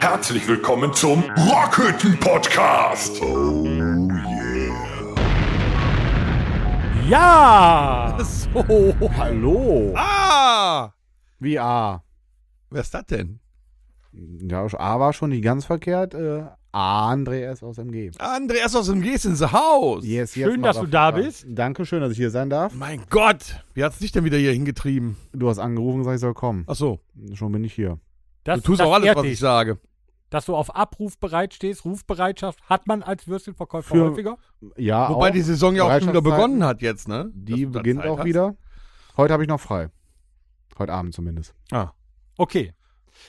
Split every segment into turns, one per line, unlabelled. Herzlich willkommen zum Rockhütten Podcast. Oh
Ja!
So,
Hallo!
ah!
Wie A.
Wer ist das denn?
Ja, A war schon nicht ganz verkehrt. Äh, A, André S. aus MG.
Andreas aus dem G ist ins Haus.
Yes,
Schön, dass du da bist.
Danke, schön, dass ich hier sein darf.
Mein Gott, wie hat's dich denn wieder hier hingetrieben?
Du hast angerufen und gesagt, ich soll kommen.
Ach so,
Schon bin ich hier.
du
Das,
tust
das
auch alles,
ehrt
was ich
dich.
sage.
Dass du auf Abruf bereit stehst, Rufbereitschaft hat man als Würstchenverkäufer
Für-
häufiger.
Ja,
Wobei
auch.
die Saison ja auch schon wieder
Bereitschaftszeiten.
begonnen hat jetzt, ne? Dass
die
du da
beginnt
Zeit
auch
hast.
wieder. Heute habe ich noch frei. Heute Abend zumindest.
Ah.
Okay.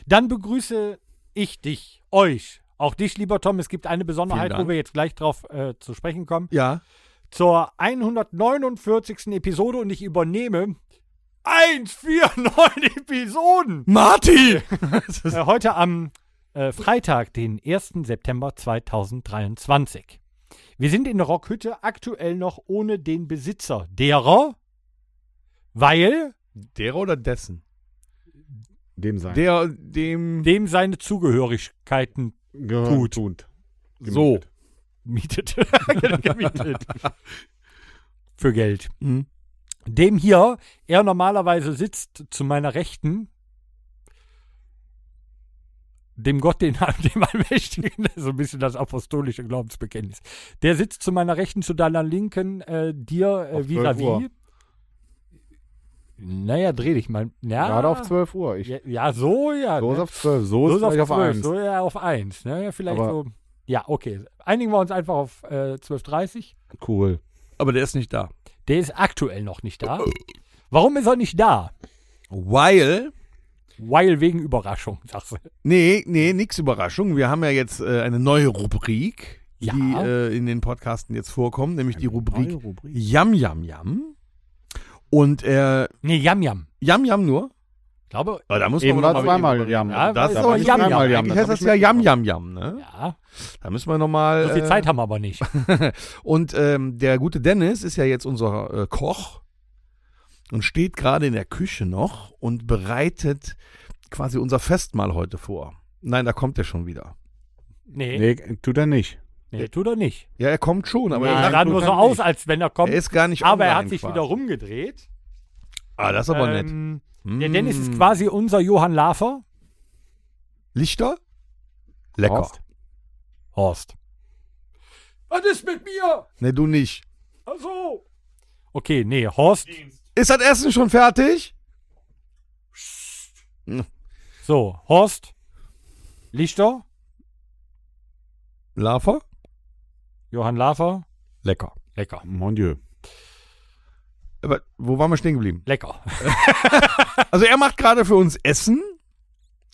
Dann begrüße ich dich, euch. Auch dich, lieber Tom. Es gibt eine Besonderheit,
Vielen Dank.
wo wir jetzt gleich drauf äh, zu sprechen kommen.
Ja.
Zur 149. Episode und ich übernehme 149 Episoden.
Marti! Das ist-
Äh, heute am äh, Freitag, den 1. September 2023. Wir sind in der Rockhütte aktuell noch ohne den Besitzer derer, weil
Der oder dessen?
Dem sein.
Der, dem.
dem seine Zugehörigkeiten
Gehör-
tut.
tut.
so.
Gemietet. Genau,
mietet. gemietet. Für Geld. Mhm.
Hm.
Dem hier, er normalerweise sitzt zu meiner Rechten, dem Gott, den, dem Allmächtigen, so ein bisschen das apostolische Glaubensbekenntnis. Der sitzt zu meiner Rechten, zu deiner Linken, äh, dir äh,
Auf 12 Uhr.
vis-à-vis. Naja, dreh dich mal. Ja,
Gerade auf 12 Uhr. Ich,
Ja, ja so, ja.
so ist
ne?
auf 12. So,
So
ist vielleicht auf 1.
So ja, auf 1. Ne? Vielleicht
Aber-
so. Ja, okay. Einigen wir uns einfach auf äh, 12.30.
Cool.
Aber der ist nicht da.
Der ist aktuell noch nicht da. Warum ist er nicht da?
Weil.
Weil wegen Überraschung, sagst du.
Nee, nee, nix Überraschung. Wir haben ja jetzt äh, eine neue Rubrik,
Ja.
die äh, in den Podcasten jetzt vorkommt, nämlich die Rubrik
Neue Rubrik.
Yam Yam Yam. Und äh,
Nee, Yam Yam.
Yam Yam nur.
Ich glaube,
Aber Ah, da muss
Eben
man noch
war
mal mit ihm reden.
zweimal Jam.
Ja,
Das
das
ist
ist
aber
aber
Yam
Yam
Yam.
Yam.
Eigentlich
Das
heißt
hab
das
ich
ja Yam
mitbekommen.
Yam Yam, ne?
ja.
Da müssen wir nochmal.
So viel
äh,
Zeit haben wir aber nicht.
Und ähm, der gute Dennis ist ja jetzt unser äh, Koch und steht gerade in der Küche noch und bereitet quasi unser Festmahl heute vor. Nein, da kommt er schon wieder.
Nee, nee,
Nee, tut er nicht.
tut er nicht.
Ja, er kommt schon, aber
er
er,
sah nur so
kann
aus,
nicht.
als wenn er
er
kommt.
ist gar nicht
aber er
online
hat sich
quasi.
wieder rumgedreht.
Ah, das ist aber nett.
Ähm,
Mm.
Der Dennis ist quasi unser Johann Lafer.
Lichter? Lecker.
Horst?
Horst. Was ist mit mir?
Ne, du nicht.
Ach so. Okay, nee, Horst.
Ist das Essen schon fertig?
So, Horst. Lichter.
Lafer?
Johann Lafer.
Lecker.
Lecker.
Mon Dieu.
Aber wo waren wir stehen geblieben?
Lecker.
Also er macht gerade für uns Essen.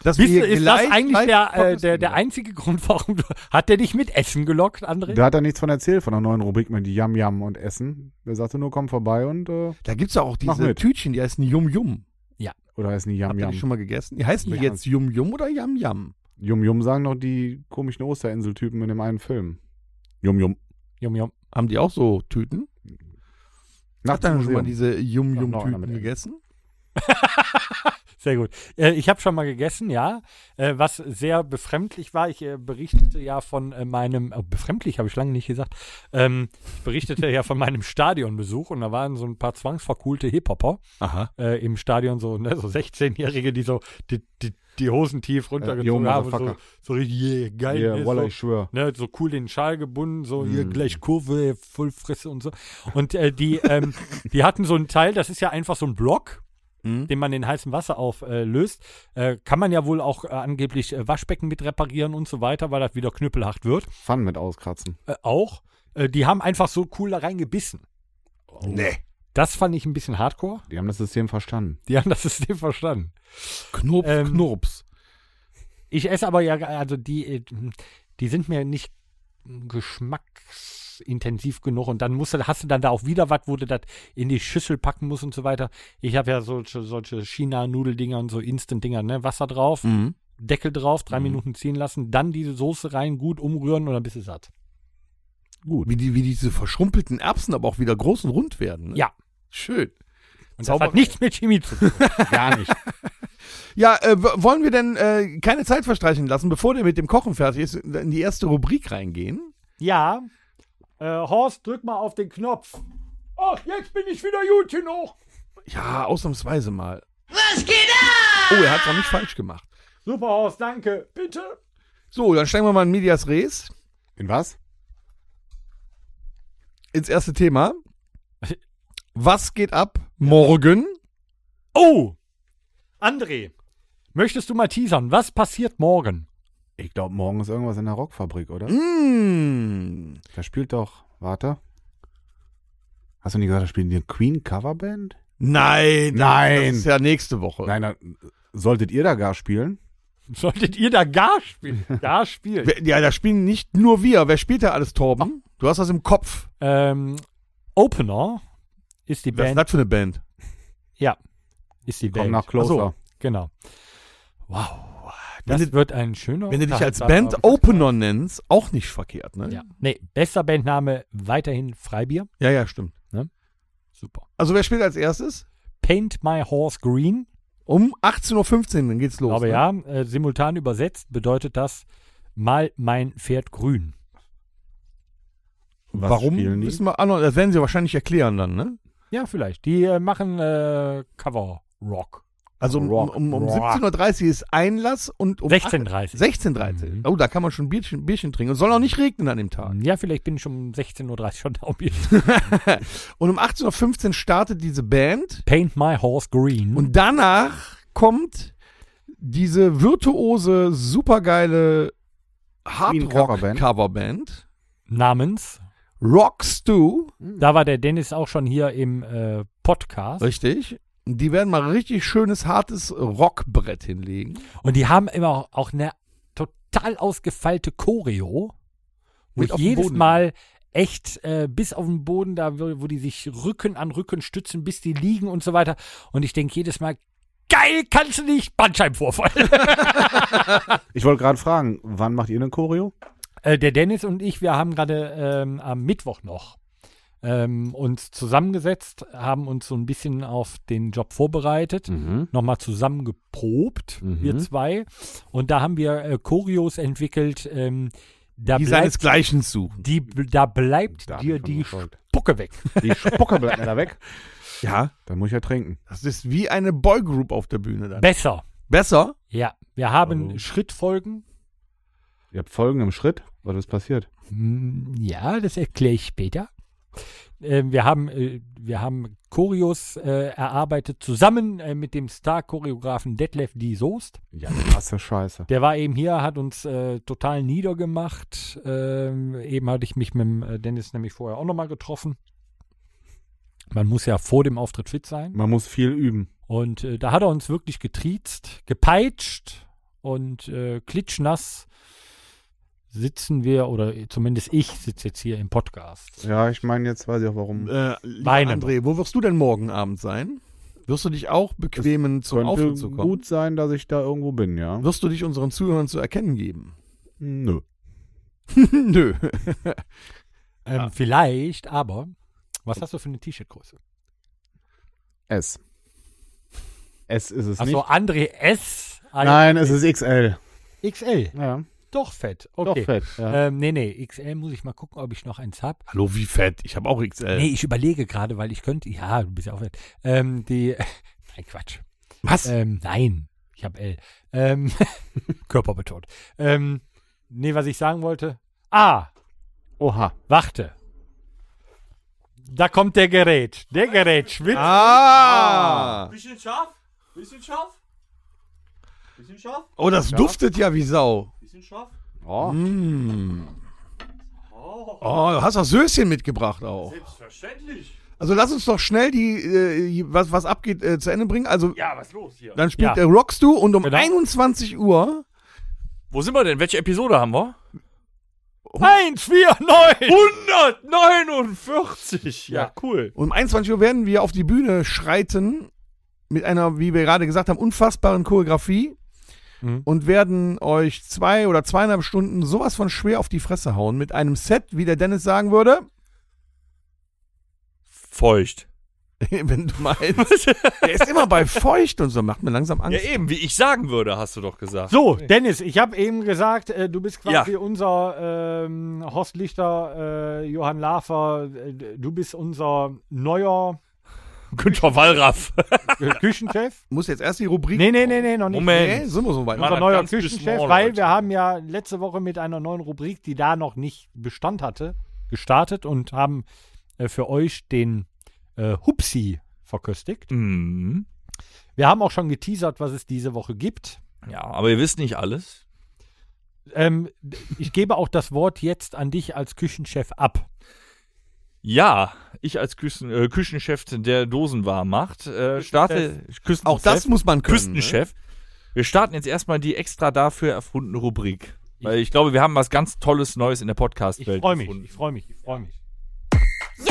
Das
Wisst ihr, ist das eigentlich der, äh,
Pommes
der, der
machen.
einzige Grund, warum du. Hat der dich mit Essen gelockt, André?
Da hat er nichts von erzählt, von der neuen Rubrik mit Yam Yam und Essen. Er sagte nur, komm vorbei und, äh,
Da gibt es auch
Mach
diese
mit.
Tütchen, die heißen Yum Yum.
oder heißen die
Habt
Yam
ihr die
Yam?
schon mal gegessen? Die heißen
Ja.
die jetzt Yum Yum oder Yam Yam?
Yum Yum sagen noch die komischen Osterinseltypen in dem einen Film. Yum Yum.
Jum, jum.
Haben die auch so Tüten? Habt
Nachts
ihr schon mal
Museum.
diese Yum Yum
Noch einer
Tüten
mit Essen.
gegessen?
Sehr gut. Äh, ich habe schon mal gegessen, ja. Äh, was sehr befremdlich war, ich äh, berichtete ja von äh, meinem, äh, befremdlich habe ich lange nicht gesagt, ähm, ich berichtete ja von meinem Stadionbesuch und da waren so ein paar zwangsverkuhlte Hip-Hopper
Aha.
äh, im Stadion, so, ne, so 16-Jährige, die so die, die, die Hosen tief runtergezogen
yo,
haben und so,
Motherfucker.
so richtig yeah, geil.
Yeah,
ne,
Walla,
so.
ich schwör.
ne, so cool den Schal gebunden, so hier gleich Kurve, Vollfresse und so. Und äh, die, ähm, die hatten so einen Teil, das ist ja einfach so ein Block,
Mhm.
den man in heißem Wasser auflöst. Äh, kann man ja wohl auch äh, angeblich äh, Waschbecken mit reparieren und so weiter, weil das wieder knüppelhart wird.
Fun mit auskratzen.
Äh, auch. Äh, die haben einfach so cool da reingebissen.
Nee.
Das fand ich ein bisschen hardcore.
Die haben das System verstanden.
Die haben das System verstanden.
Knurps,
Ähm,
Knurps.
Ich esse aber ja, also die, äh, die sind mir nicht geschmacksintensiv genug und dann musst du, hast du dann da auch wieder was, wo du das in die Schüssel packen musst und so weiter. Ich habe ja solche, solche China-Nudeldinger und so Instant-Dinger, ne? Wasser drauf,
Mhm.
Deckel drauf, drei Minuten ziehen lassen, dann diese Soße rein, gut umrühren und dann bist du satt.
Gut. Wie, die, wie diese verschrumpelten Erbsen aber auch wieder groß und rund werden. Ne?
Ja.
Schön.
Und das
Zauberer.
hat nichts mit Chemie zu tun. Gar nicht.
Ja, äh, w- wollen wir denn äh, keine Zeit verstreichen lassen, bevor der mit dem Kochen fertig ist, in die erste Rubrik reingehen?
Ja. Äh, Horst, drück mal auf den Knopf. Ach, jetzt bin ich wieder gut genug.
Ja, ausnahmsweise mal. Was geht ab? Oh, er hat noch nicht falsch gemacht.
Super, Horst, danke. Bitte.
So, dann steigen wir mal in Medias Res
In was?
ins erste Thema. Was geht ab morgen?
Oh! André, möchtest du mal teasern? Was passiert morgen?
Ich glaube, morgen ist irgendwas in der Rockfabrik, oder?
Mmh.
Hm? Da spielt doch. Warte. Hast du nicht gesagt, da spielt eine Queen Coverband?
Nein,
Nein.
Das ist ja nächste Woche.
Nein, da, solltet ihr da gar spielen?
Solltet ihr da gar spielen? Gar spielen.
Wer- Ja, da spielen nicht nur wir. Wer spielt da alles, Torben? Du hast das im Kopf.
ähm, Opener ist die
Was ist
Band.
das für eine Band?
Ja, ist die
Komm
Band.
nach Closer.
Genau. Wow. Das
Wenn du-
wird ein schöner
Wenn du dich als
unterhaltsamer-
Band Opener nennst, auch nicht verkehrt, ne?
Ja. Nee, bester Bandname weiterhin Freibier.
ja, ja, stimmt. ne?
Super.
Also wer spielt als erstes?
Paint My Horse Green.
Um 18.15 Uhr, dann geht's los.
Aber
ne?
ja, äh, simultan übersetzt bedeutet das mal mein Pferd grün.
Was
Warum?
Spielen die?
Wissen wir, ah, noch, das werden sie wahrscheinlich erklären dann, ne?
Ja, vielleicht. Die äh, machen äh, Cover Rock.
Also um,
Rock,
um, um
rock.
17.30 Uhr ist Einlass und um
16.30 Uhr.
16.30
Mhm.
Oh, da kann man schon Bierchen, Bierchen trinken. Und soll auch nicht regnen an dem Tag.
Ja, vielleicht bin ich um 16.30 Uhr schon da. um die-
Und um 18.15 Uhr startet diese Band.
Paint My Horse Green.
Und danach kommt diese virtuose, supergeile
Coverband.
Hardrock-Coverband.
namens.
Rock Stew.
Da war der Dennis auch schon hier im äh, Podcast.
Richtig. Die werden mal richtig schönes, hartes Rockbrett hinlegen.
Und die haben immer auch, auch eine total ausgefeilte Choreo, wo
Mit
ich
auf dem
jedes
Boden.
Mal echt äh, bis auf den Boden da, wo, wo die sich Rücken an Rücken stützen, bis die liegen und so weiter. Und ich denke jedes Mal, geil kannst du nicht, Bandscheibenvorfall.
Ich wollte gerade fragen, wann macht ihr eine Choreo?
äh, der Dennis und ich, wir haben gerade ähm, am Mittwoch noch ähm, uns zusammengesetzt, haben uns so ein bisschen auf den Job vorbereitet.
Mhm.
nochmal zusammengeprobt,
Mhm.
wir zwei. Und da haben wir äh, Choreos entwickelt. Ähm, da,
Die
bleibt,
seinesgleichen suchen.
die, da bleibt
Da hab
dir
ich von
die
überzeugt.
Spucke weg.
Die Spucke bleibt mir da weg.
Ja.
Dann muss ich ja trinken.
Das ist wie eine Boygroup auf der Bühne dann.
Besser.
Besser?
Ja, wir haben
Also-
Schrittfolgen.
Ihr habt Folgen im Schritt. Was ist passiert?
Hm, Ja, das erkläre ich später. Ähm, wir haben, äh, wir haben Choreos äh, erarbeitet, zusammen äh, mit dem Star-Choreografen Detlef D. Soest.
Ja, krasse Scheiße.
Der war eben hier, hat uns äh, total niedergemacht. Ähm, eben hatte ich mich mit dem äh, Dennis nämlich vorher auch nochmal getroffen. Man muss ja vor dem Auftritt fit sein.
Man muss viel üben.
Und äh, da hat er uns wirklich getriezt, gepeitscht und äh, klitschnass sitzen wir, oder zumindest ich sitze jetzt hier im Podcast.
Ja, ich meine, jetzt weiß ich auch warum.
Äh, lieber
Weinen.
André, wo wirst du denn morgen Abend sein? Wirst du dich auch bequemen, zum Auftritt
Könnte
zu kommen?
gut sein, dass ich da irgendwo bin, ja?
Wirst du dich unseren Zuhörern zu erkennen geben?
Nö.
Nö.
Ähm,
Ah.
Vielleicht, aber was hast du für eine T-Shirt-Größe?
S. S ist es
Achso,
nicht.
André S.
Nein, es ist XL.
XL.
Ja,
Doch fett.
doch
Okay.
fett. Ja.
Ähm, nee, nee, XL muss ich mal gucken, ob ich noch eins habe.
Hallo, wie fett. Ich habe auch
Äh.
XL.
Nee, ich überlege gerade, weil ich könnte, ja, du bist ja auch fett. Ähm, die, nein, Quatsch.
Was?
Ähm, nein, ich habe L. Ähm, körperbetont. Ähm, nee, was ich sagen wollte. Ah,
Oha.
warte. Da kommt der Gerät. Der Gerät schwitzt.
Ah!
Bisschen scharf? Bisschen scharf? Bisschen scharf?
Oh, das duftet ja wie Sau.
Bisschen scharf?
Oh.
Mm.
Oh,
Oh, du hast auch Söschen mitgebracht auch.
selbstverständlich.
Also lass uns doch schnell die, äh, was, was abgeht, äh, zu Ende bringen. Also
Ja, was ist los hier?
dann spielt
Ja.
der Rockstu und um
Genau.
21 Uhr
Wo sind wir denn? Welche Episode haben wir?
1, 4, 9.
149! Ja,
Ja.
cool.
und um 21 Uhr werden wir auf die Bühne schreiten mit einer, wie wir gerade gesagt haben, unfassbaren Choreografie
Mhm.
und werden euch zwei oder zweieinhalb Stunden sowas von schwer auf die Fresse hauen mit einem Set, wie der Dennis sagen würde.
Feucht.
Wenn du meinst. Der ist immer bei feucht und so, macht mir langsam
Ja,
Angst.
eben, wie ich sagen würde, hast du doch gesagt.
So, Dennis, ich habe eben gesagt, äh, du bist quasi
Ja.
unser ähm, Horst Lichter, äh, Johann Lafer, äh, du bist unser neuer
Günter Wallraff.
äh, Küchenchef.
Muss jetzt erst die Rubrik.
Nee, nee, nee, nee, noch nicht.
Moment.
Nee, sind wir so weit.
Mann,
Unser
das
neuer
ganz bisschen
Küchenchef,
Horn
weil
heute.
wir haben ja letzte Woche mit einer neuen Rubrik, die da noch nicht Bestand hatte, gestartet und haben äh, für euch den äh, Hupsi verköstigt.
Mhm.
Wir haben auch schon geteasert, was es diese Woche gibt.
Ja, aber ihr wisst nicht alles.
Ähm, ich gebe auch das Wort jetzt an dich als Küchenchef ab.
Ja, ich als Küchen, äh, Küchenchef, der Dosen warm macht, äh, starte Küstenchef.
Auch das muss man können. ne?
Küstenchef. Wir starten jetzt erstmal die extra dafür erfundene Rubrik. Weil ich glaube, wir haben was ganz Tolles Neues in der
Ich
Podcast-Welt
freue mich,
gefunden.
ich freue mich, ich freue mich.
Yum, yum,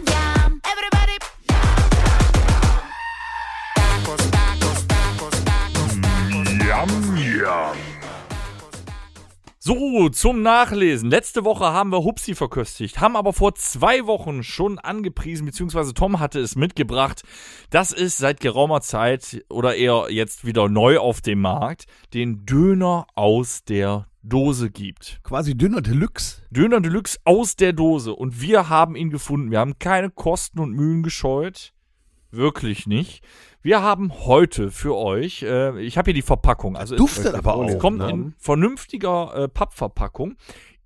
yum. Everybody.
Yum, yum.
So, zum Nachlesen. Letzte Woche haben wir Hupsi verköstigt, haben aber vor zwei Wochen schon angepriesen, beziehungsweise Tom hatte es mitgebracht. Das ist seit geraumer Zeit oder eher jetzt wieder neu auf dem Markt, den Döner aus der Dose gibt.
Quasi dünner Deluxe.
Döner Deluxe aus der Dose und wir haben ihn gefunden. Wir haben keine Kosten und Mühen gescheut. Wirklich nicht. Wir haben heute für euch, äh, ich habe hier die Verpackung. Also
Duftet aber auch,
Es kommt
ne?
in vernünftiger äh, Pappverpackung.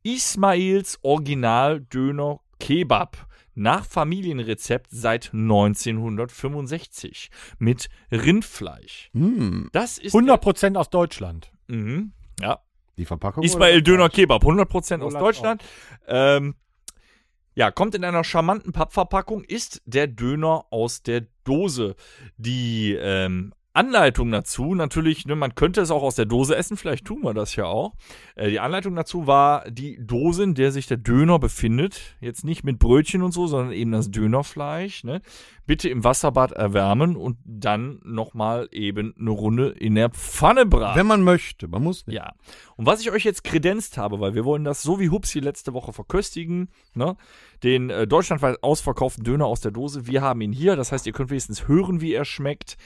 Ismails Original Döner Kebab nach Familienrezept seit 1965 mit Rindfleisch.
Hm.
Das ist
100% aus Deutschland.
Der, mhm, ja,
Die Verpackung.
Ismail Döner Kebab, 100%
Roland
aus Deutschland. Ähm, ja, kommt in einer charmanten Pappverpackung, ist der Döner aus der Dose. Die ähm, Anleitung dazu, natürlich, ne, man könnte es auch aus der Dose essen, vielleicht tun wir das ja auch. Äh, die Anleitung dazu war die Dose, in der sich der Döner befindet. Jetzt nicht mit Brötchen und so, sondern eben das Dönerfleisch. Ne? Bitte im Wasserbad erwärmen und dann nochmal eben eine Runde in der Pfanne braten.
Wenn man möchte, man muss nicht.
Ja. Und was ich euch jetzt kredenzt habe, weil wir wollen das so wie Hupsi letzte Woche verköstigen, ne? den äh, deutschlandweit ausverkauften Döner aus der Dose. Wir haben ihn hier, das heißt, ihr könnt wenigstens hören, wie er schmeckt.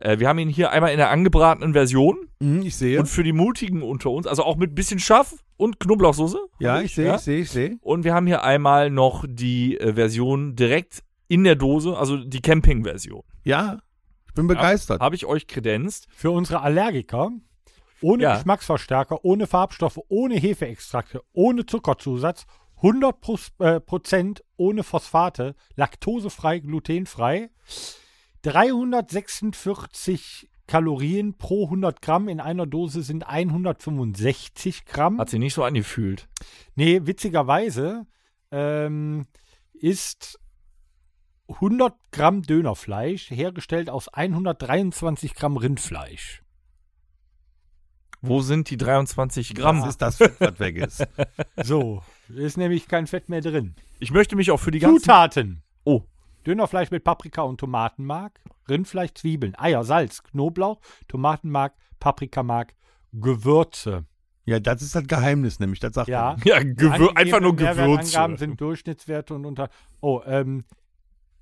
Äh, wir haben ihn hier einmal in der angebratenen Version
Hm, ich sehe.
und für die Mutigen unter uns, also auch mit bisschen Schaf und Knoblauchsoße.
ja, ich sehe, ich sehe, ich sehe.
Und wir haben hier einmal noch die äh, Version direkt in der Dose, also die Camping-Version.
Ja, ich bin begeistert.
Habe ich euch kredenzt.
Für unsere Allergiker, ohne
Ja.
Geschmacksverstärker, ohne Farbstoffe, ohne Hefeextrakte, ohne Zuckerzusatz, 100% äh, Prozent ohne Phosphate, laktosefrei, glutenfrei, 346 Kalorien pro 100 Gramm, in einer Dose sind 165 Gramm.
Hat sich nicht so angefühlt.
Nee, witzigerweise ähm, ist 100 Gramm Dönerfleisch hergestellt aus 123 Gramm Rindfleisch.
Wo sind die 23 Gramm?
Was ist das, Fett, was weg ist?
So, ist nämlich kein Fett mehr drin.
Ich möchte mich auch für die ganzen
Zutaten.
Oh.
Dönerfleisch mit Paprika und Tomatenmark, Rindfleisch, Zwiebeln, Eier, Salz, Knoblauch, Tomatenmark, Paprikamark, Gewürze.
Ja, das ist das Geheimnis, nämlich. Das sagt
Ja.
man.
Ja, Gewür
Angegebene
einfach nur
Nährwertangaben
Gewürze.
sind Durchschnittswerte und unter. Oh, ähm,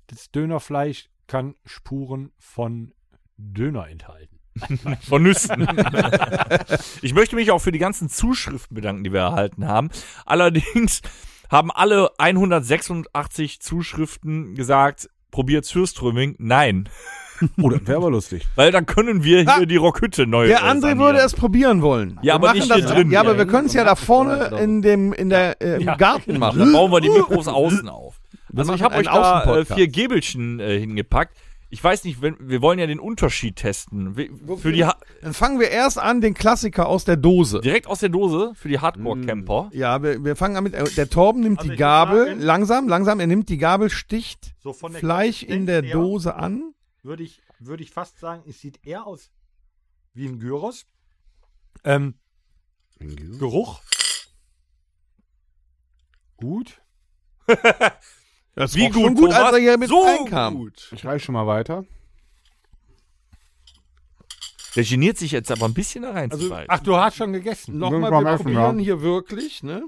das Dönerfleisch kann Spuren von Döner enthalten.
Von Nüssen. ich möchte mich auch für die ganzen Zuschriften bedanken, die wir erhalten haben. Allerdings haben alle 186 Zuschriften gesagt, probiert Sürströming. Nein,
Oh, das wäre aber lustig.
weil dann können wir hier
Ah,
die Rockhütte neu
Der
äh,
andere
sanieren.
würde es probieren wollen.
Ja, aber
machen
nicht
das-
hier drin.
Ja, aber
Ja,
wir können es ja da vorne in dem, in der, äh, im Garten machen.
Dann bauen wir die Mikros außen auf. Also ich
machen
habe euch
einen
da äh,
Außenpodcast.
vier Gebelchen äh, hingepackt. Ich weiß nicht, wenn, wir wollen ja den Unterschied testen. Wir- Für die ha
Dann fangen wir erst an, den Klassiker aus der Dose.
direkt aus der Dose für die Hardcore-Camper.
Ja, wir, wir fangen an mit. äh, Der Torben nimmt
Also
die
ich
Gabel.
würde sagen-
langsam, langsam. Er nimmt die Gabel, sticht
So von der
Fleisch in der
Konsistenz her
Dose an.
Würde ich, würde ich fast sagen, es sieht eher aus wie ein Gyros. Ähm, Geruch. Gut.
Das
Wie
roch schon
gut,
gut, als er
Thomas?
hier mit
So
reinkam.
Ich reiche schon mal weiter.
Der geniert sich jetzt aber ein bisschen da rein.
Also, ach, du hast schon gegessen.
Müssen
Nochmal,
wir
wir
mal essen,
probieren
ja.
hier wirklich, ne?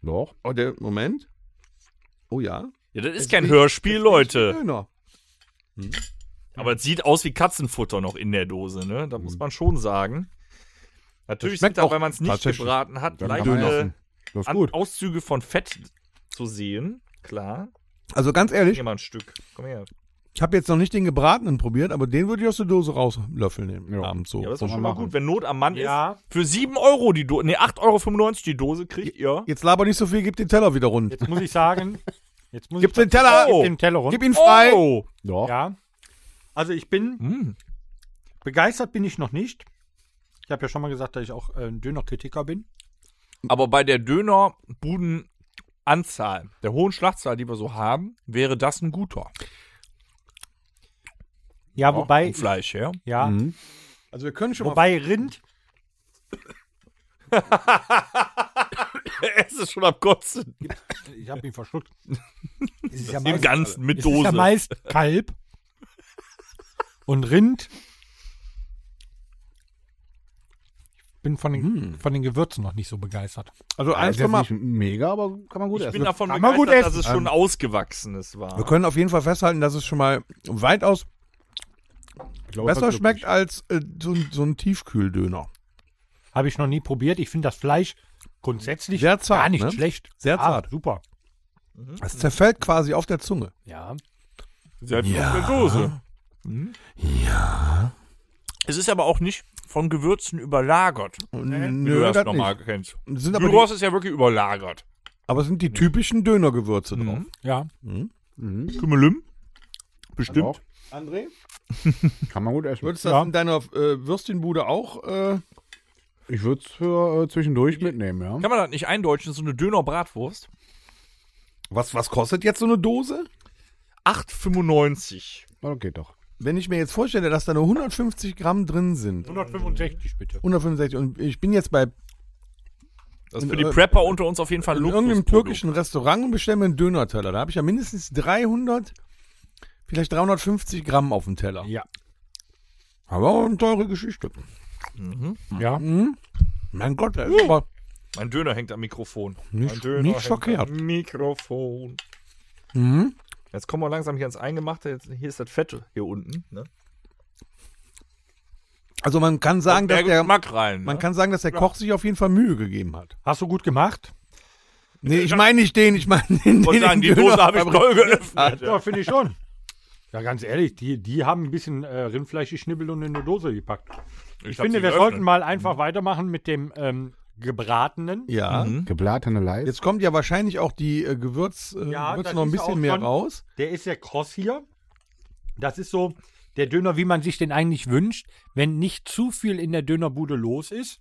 Doch.
Oh, der, Moment. Oh ja. genau.
Ja, das ist kein Hörspiel, Leute.
Döner.
Aber es sieht aus wie Katzenfutter noch in der Dose, ne? Da muss man schon sagen.
Das
Natürlich
schmeckt
sind da,
auch
wenn man es nicht
tatsächlich.
gebraten hat,
Dann kann man
leichte
Das ist
An-
gut.
Auszüge von Fett zu sehen. Klar.
Also ganz
Hier
ehrlich,
mal ein Stück. Komm her.
ich habe jetzt noch nicht den gebratenen probiert, aber den würde ich aus der Dose rauslöffeln nehmen.
Ja.
Abends so.
Ja, aber ist doch
muss
schon
man
mal
machen.
gut, wenn Not am Mann
Ja.
ist. Für 7 Euro die Dose, ne, 8,95 Euro die Dose kriegt ihr.
Jetzt laber nicht so viel, gib den Teller wieder rund.
Jetzt muss ich sagen, jetzt muss
Gib
ich Oh,
den Teller!
Gib den Teller
Gib
runter.
ihn frei!
Oh.
Doch.
Ja. Also ich bin
Mm.
begeistert bin ich noch nicht. Ich habe ja schon mal gesagt, dass ich auch äh, ein Dönerkritiker bin.
Aber bei der Dönerbudenanzahl, der hohen Schlachtzahl, die wir so haben, wäre das ein guter.
Ja,
Vom
wobei,
Fleisch, ja.
ja,
Mhm.
Also wir können schon mal.
wobei Rind,
es ist schon am Kotzen.
ich habe ihn verschluckt. Es ist ja
Im Ganzen mit
es ist ja
Dose.
meist Kalb und Rind. Ich bin von den,
Mhm.
von den Gewürzen noch nicht so begeistert.
Also
Ja, ist
eins
jetzt
mal.
nicht mega, aber Also kann man gut
ich
essen.
bin davon
kann man gut
begeistert, dass
essen.
es schon ausgewachsenes war.
Wir können auf jeden Fall festhalten, dass es schon mal weitaus
Ich glaube,
besser
das ist
schmeckt
wirklich-
als äh, so, ein- so ein Tiefkühldöner.
Habe ich noch nie probiert. Ich finde das Fleisch grundsätzlich
Sehr zart,
gar nicht
ne?
schlecht.
Sehr
Ja,
zart.
super.
Hm?
Es zerfällt quasi auf der Zunge.
Ja.
Selbst ja. der Dose. Mhm. Es ist aber auch nicht von Gewürzen überlagert. Wie
Nö,
du das
das
nochmal
nicht.
kennst.
Sind aber, die,
Gyros ist ja wirklich überlagert.
aber es sind die typischen Dönergewürze drauf.
Mhm.
Ja.
Mhm.
Kümmelim? Bestimmt.
Doch.
André,
Kann man gut essen.
würdest du das
Ja.
in deiner äh, Würstchenbude auch? Äh,
Ich würde es für äh, zwischendurch mitnehmen, ja.
Kann man das nicht eindeutschen? So eine Döner-Bratwurst?
was, was kostet jetzt so eine Dose?
8,95.
Na, das geht doch.
Wenn ich mir jetzt vorstelle, dass da nur 150 Gramm drin sind.
165 bitte.
165. Und ich bin jetzt bei
Das
In
ist für die
ir-
Prepper unter uns auf jeden Fall ein
in irgendeinem
Luxusprodukt.
türkischen Restaurant und bestelle mir einen Dönerteller. Da habe ich ja mindestens 300, vielleicht 350 Gramm auf dem Teller.
Ja.
Aber auch eine teure Geschichte.
Ja.
Mein Gott, der ist aber
Mein Döner hängt am Mikrofon. mein
nicht,
Döner
nicht
hängt
verkehrt. Mhm.
Am Mikrofon. Jetzt kommen wir langsam hier ans Eingemachte. Jetzt, hier ist das Fette hier unten. Ne?
Also man kann sagen,
Kommt
dass der,
Geschmack rein.
man
ne?
kann sagen, dass der Koch sich auf jeden Fall Mühe gegeben hat.
Hast du gut gemacht?
Nee, ich meine nicht den, ich meine den.
Ich wollte
den
sagen, die
Döner-
Dose habe ich toll geöffnet.
Ja, finde ich schon. Ja, ganz ehrlich, die, die haben ein bisschen äh, Rindfleisch geschnibbelt und in eine Dose gepackt. Ich,
hab
finde,
sie
wir
geöffnet.
sollten mal einfach weitermachen mit dem ähm, gebratenen.
Ja.
Mhm.
Gebratene Leis.
Jetzt kommt ja wahrscheinlich auch die äh, Gewürz, äh,
Ja,
Gewürze
das
noch ein
ist ja auch
bisschen mehr
schon-
raus.
Der ist ja kross hier. Das ist so der Döner, wie man sich den eigentlich wünscht, wenn nicht zu viel in der Dönerbude los ist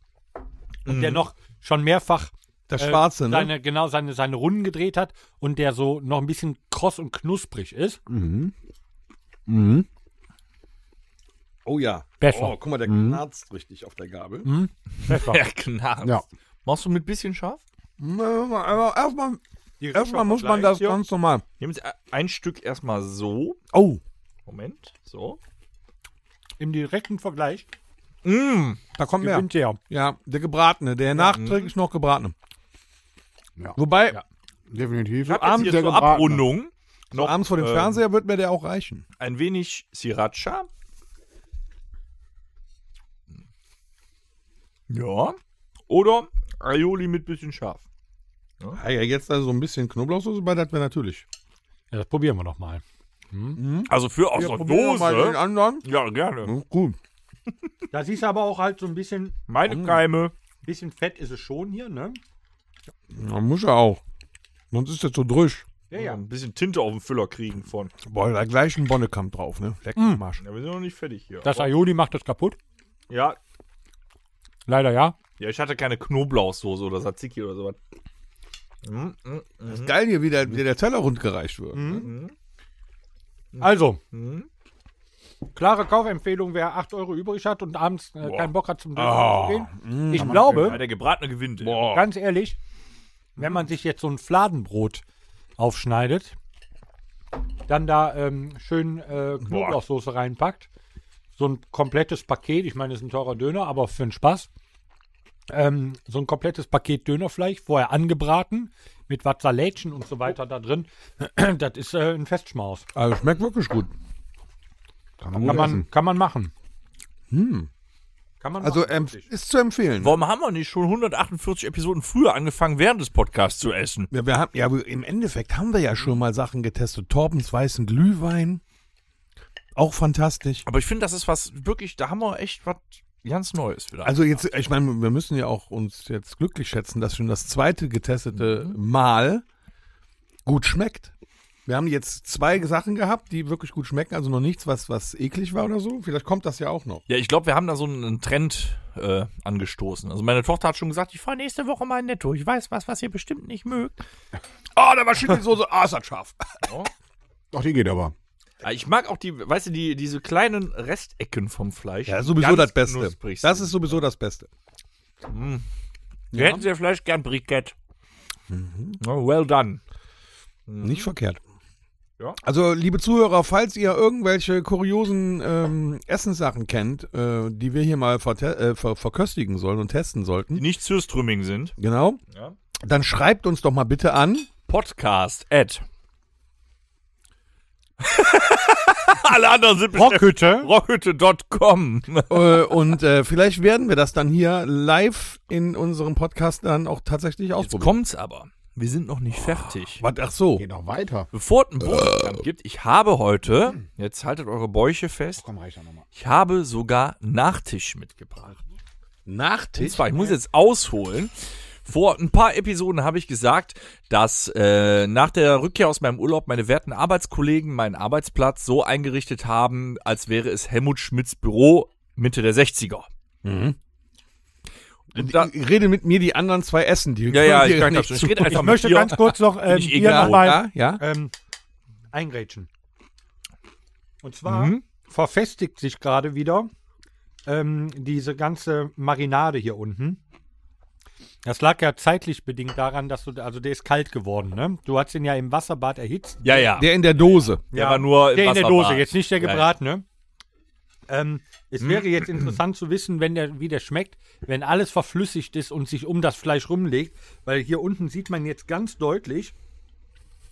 und der noch schon mehrfach
Das
äh,
Schwarze, ne?
seine, genau seine, seine Runden gedreht hat und der so noch ein bisschen kross und knusprig ist.
Mhm.
Oh ja.
Besser.
Oh, guck mal, der knarzt richtig auf der Gabel.
Pfeffer.
Ja, knarzt.
Ja.
Machst du mit bisschen scharf?
Aber erstmal,
Die
erstmal muss man
gleich,
das
ja.
ganz normal.
Nehmen Sie ein Stück erstmal so.
Oh,
Moment. So.
Im direkten Vergleich
Mm.
da kommt mehr.
gewinnt der.
Ja, der gebratene, der nachträglich noch gebratene.
Ja.
Wobei,
Definitiv.
Ich habe jetzt hier zur
gebratene.
Abrundung
so
noch
abends vor dem
ähm,
Fernseher wird mir der auch reichen.
ein wenig Sriracha. Ja. Oder Aioli mit bisschen scharf.
Ah ja, jetzt also so ein bisschen Knoblauchsoße bei, das wäre natürlich.
Ja, das probieren wir noch mal.
Also für aus
Ja,
der
probieren wir Mal den Hm?
Dose.
anderen.
Ja, gerne.
Ja, gut.
Da siehst du aber auch halt so ein bisschen,
Meine
Hm.
Keime.
bisschen Fett ist es schon hier, ne?
Ja, muss ja auch. Sonst ist das so drüsch.
Ja, ja.
Ein bisschen Tinte auf den Füller kriegen von.
Boah, da gleich ein Bonnekamp drauf, ne? Leck mm. Marsch.
Ja, wir sind noch nicht fertig hier.
Das Aioli macht das kaputt.
ja,
Leider ja.
ja, ich hatte keine Knoblauchsoße oder Tzatziki oder sowas. Mm, mm,
Das ist geil hier, wie der, wie der Teller rundgereicht wird.
Also,
Mhm.
klare Kaufempfehlung, wer 8 Euro übrig hat und abends äh, keinen Bock hat zum Döner
Oh.
zu gehen. Ich
Ja,
glaube,
der gebratene gewinnt. ey.
ganz ehrlich, wenn man sich jetzt so ein Fladenbrot aufschneidet, dann da ähm, schön äh, Knoblauchsoße reinpackt, so ein komplettes Paket, ich meine, es ist ein teurer Döner, aber für den Spaß, ähm, so ein komplettes Paket Dönerfleisch, vorher angebraten, mit was Salätchen und so weiter da drin. das ist äh, ein Festschmaus.
Also schmeckt wirklich gut.
Kann man gut
Kann
essen.
man, kann man machen. Kann man
Also
machen,
ähm,
wirklich.
ist zu empfehlen.
Warum haben wir nicht schon 148 Episoden früher angefangen, während des Podcasts zu essen?
Ja, wir haben, ja, aber im Endeffekt haben wir ja schon mal Sachen getestet. Torbens weißen Glühwein. Auch fantastisch.
Aber ich finde, das ist was wirklich, da haben wir echt was ganz Neues wieder.
Also jetzt, ich meine, wir müssen ja auch uns jetzt glücklich schätzen, dass schon das zweite getestete Mal gut schmeckt. Wir haben jetzt zwei Sachen gehabt, die wirklich gut schmecken, also noch nichts, was, was eklig war oder so. Vielleicht kommt das ja auch noch.
ja, ich glaube, wir haben da so einen Trend äh, angestoßen. Also meine Tochter hat schon gesagt, ich fahre nächste Woche mal in netto. Ich weiß was, was ihr bestimmt nicht mögt.
Ah, da war Schüttelsoße. Ah, ist das scharf.
Doch, die geht aber.
Ja, Ah, ich mag auch die, weißt du, die, diese kleinen Restecken vom Fleisch.
Ja, sowieso
Ganz
das Beste.
knusprig
Das
sind.
ist sowieso das Beste.
Wir hätten sehr Fleisch gern Brikett.
Mhm.
Oh, well done.
Nicht verkehrt.
Mhm. Ja.
Also, liebe Zuhörer, falls ihr irgendwelche kuriosen ähm, Essenssachen kennt, äh, die wir hier mal verte- äh, ver verköstigen sollen und testen
Die
sollten,
nicht Zürstrümming sind.
genau,
Ja.
dann schreibt uns doch mal bitte an.
Podcast at. Alle anderen sind bestimmt
Rockhütte.
rockhütte.com.
äh, und äh, vielleicht werden wir das dann hier live in unserem Podcast dann auch tatsächlich
Jetzt
ausprobieren.
kommt's aber. Wir sind noch nicht fertig.
Was, ach so.
Geht noch weiter.
Bevor es einen Bonuskampf gibt, ich habe heute, jetzt haltet eure Bäuche fest,
Komm, reicht nochmal.
ich habe sogar Nachtisch mitgebracht. Und
Nachtisch?
zwar, ich muss jetzt ausholen. Vor ein paar Episoden habe ich gesagt, dass äh, nach der Rückkehr aus meinem Urlaub meine werten Arbeitskollegen meinen Arbeitsplatz so eingerichtet haben, als wäre es Helmut Schmidts Büro Mitte der 60er. Und da,
Ich rede mit mir die anderen zwei Essen. Die
ja, ja,
die
ich kann
nicht
das schon.
zu.
Ich rede einfach
Ich
mit
möchte
dir.
ganz kurz noch ähm,
Bin ich
hier
egal.
nochmal
Ja, ja.
ähm, eingrätschen. Und zwar Mhm. verfestigt sich gerade wieder ähm, diese ganze Marinade hier unten. Das lag ja zeitlich bedingt daran, dass du, also der ist kalt geworden, ne? Du hast ihn ja im Wasserbad erhitzt.
ja, ja.
Der in der Dose.
Der war nur im
der in der
Wasserbad.
Dose, jetzt nicht der
Ja, Hm? ja.
gebratene. Ähm, es wäre jetzt interessant zu wissen, wenn der, wie der schmeckt, wenn alles verflüssigt ist und sich um das Fleisch rumlegt, weil hier unten sieht man jetzt ganz deutlich,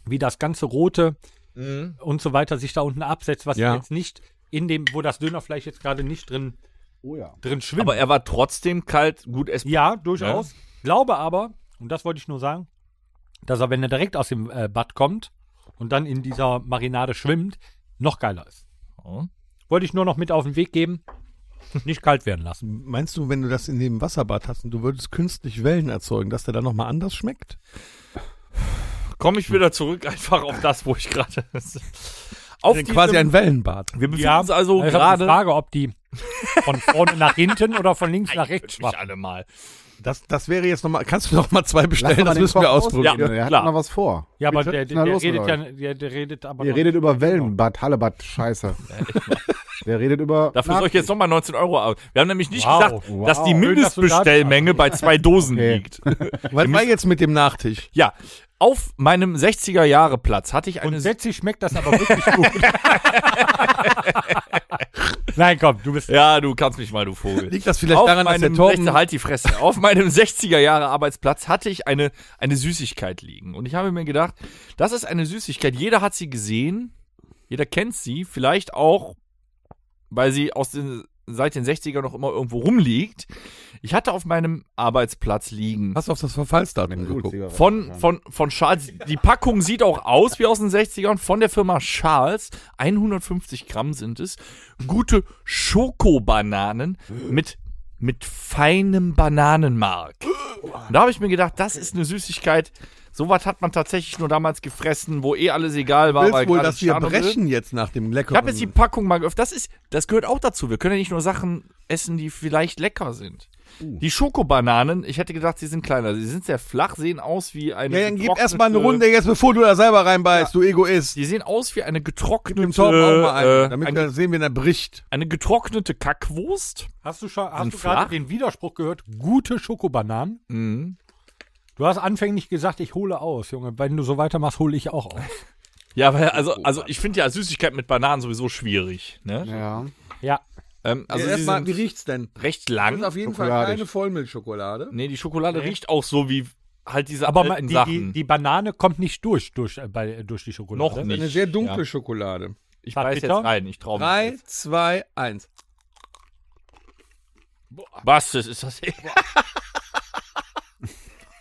wie das ganze rote
Mhm.
und so weiter sich da unten absetzt, was
Ja.
jetzt nicht in dem, wo das Dönerfleisch jetzt gerade nicht drin,
Oh ja.
drin schwimmt.
Aber er war trotzdem kalt, gut essbar.
Ja, durchaus. Glaube aber, und das wollte ich nur sagen, dass er, wenn er direkt aus dem äh, Bad kommt und dann in dieser Marinade schwimmt, noch geiler ist.
Oh.
Wollte ich nur noch mit auf den Weg geben. Nicht kalt werden lassen.
Meinst du, wenn du das in dem Wasserbad hast und du würdest künstlich Wellen erzeugen, dass der dann nochmal anders schmeckt?
Komme ich wieder zurück einfach auf das, wo ich gerade. auf
Denn Also quasi
diesem-
ein Wellenbad.
Wir befinden uns also
ich habe die
gerade.
Frage, ob die von vorne nach hinten oder von links nach rechts
Mich
schwappen.
alle mal.
Das, das wäre jetzt nochmal, kannst du nochmal zwei
Lass
bestellen,
mal
das
den
müssen wir
Koch
ausprobieren.
ausreden, Er hat
klar.
noch was vor.
Ja, aber
Bitte?
der, der,
Na,
der
los mit
redet
euch.
ja, der, der redet aber
Ihr
noch-
redet über Wellenbad, Hallebad, Scheiße. Der redet über.
Dafür soll ich jetzt nochmal 19 Euro aus. Wir haben nämlich nicht
Wow.
gesagt,
Wow.
dass
Schön, dass du da
die
bist.
Mindestbestellmenge bei zwei Dosen
Okay.
liegt.
Was war jetzt mit dem Nachtisch?
Ja, auf meinem 60er-Jahre-Platz hatte ich eine.
Grundsätzlich schmeckt das aber wirklich gut. Nein, komm, du bist.
Ja, du kannst mich mal, du Vogel.
Liegt das vielleicht
auf
daran, dass der
meinem
Torben...
rechte, halt die Fresse. Auf meinem 60er Jahre Arbeitsplatz hatte ich eine, eine Süßigkeit liegen. Und ich habe mir gedacht, das ist eine Süßigkeit. Jeder hat sie gesehen. Jeder kennt sie. Vielleicht auch, weil sie aus den, seit den 60ern noch immer irgendwo rumliegt. Ich hatte auf meinem Arbeitsplatz liegen.
Hast du auf das Verfallsdatum
Gut,
geguckt?
Zigarette.
Von, von, von Charles. Die Packung sieht auch aus wie aus den 60ern. Von der Firma Charles. 150 Gramm sind es. Gute Schokobananen mit, mit feinem Bananenmark. Und da habe ich mir gedacht, das ist eine Süßigkeit. Sowas hat man tatsächlich nur damals gefressen, wo eh alles egal war.
Du willst
weil
wohl,
gerade
dass wir
Tschernobyl-
brechen jetzt nach dem leckeren...
Ich habe jetzt die Packung mal geöffnet. Das, ist, das gehört auch dazu. Wir können ja nicht nur Sachen essen, die vielleicht lecker sind. Die Schokobananen, ich hätte gedacht, sie sind kleiner. Sie sind sehr flach, sehen aus wie eine.
Ja, dann gib
getrocknete-
erstmal eine Runde jetzt, bevor du da selber reinbeißt, du Egoist.
Die sehen aus wie eine getrocknete.
Dem Torben auch mal einen,
äh,
damit
eine,
wir sehen, wenn er bricht.
eine getrocknete Kackwurst.
Hast du, schon,
Sind
hast du gerade
flach?
den Widerspruch gehört? Gute Schokobananen?
Mhm.
Du hast anfänglich gesagt, ich hole aus, Junge. Wenn du so weitermachst, hole ich auch aus.
Ja, weil, also, also ich finde ja Süßigkeit mit Bananen sowieso schwierig. Ne?
Ja.
Ja.
Ähm, also sie sind
riecht's denn?
recht lang.
jeden
Schokoladig.
Vollmilchschokolade.
Nee, die Schokolade riecht auch so wie halt diese
Aber ma-
alten
die, die,
Sachen.
die Banane kommt nicht durch, durch, äh, bei, durch die Schokolade.
Noch nicht.
Eine sehr dunkle
Ja.
Schokolade.
ich
Fad
beiß jetzt
Bitter.
rein, ich traue mich.
Drei,
jetzt.
zwei, eins.
Was, das ist das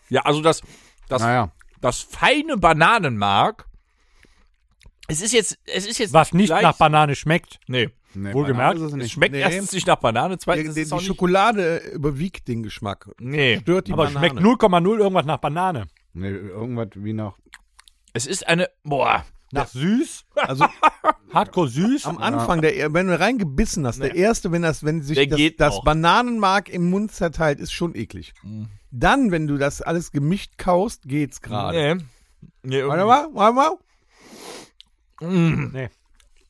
Ja, also das, das,
Naja,
das feine Bananenmark. Es ist jetzt, es ist jetzt
Was nicht
gleich-
nach Banane schmeckt.
Nee,
nee,
Wohlgemerkt,
Banane ist es
es
nicht.
schmeckt
Nee.
erstens nicht nach Banane,
Die,
zweitens
die,
ist es auch
die
nicht.
Schokolade äh, überwiegt den Geschmack.
Nee,
Stört die
aber
Banane.
schmeckt 0,0 irgendwas nach Banane.
Nee, irgendwas wie nach.
es ist eine, boah,
Nach süß,
Also
hardcore süß.
am Anfang, der, äh, wenn du reingebissen hast, der erste, wenn das, wenn sich
Der
das,
geht
das
noch.
Bananenmark im Mund zerteilt, ist schon eklig.
Mhm.
Dann, wenn du das alles gemischt kaust, geht's gerade.
nee. nee
Warte
irgendwie-
mal, warte mal.
Nee.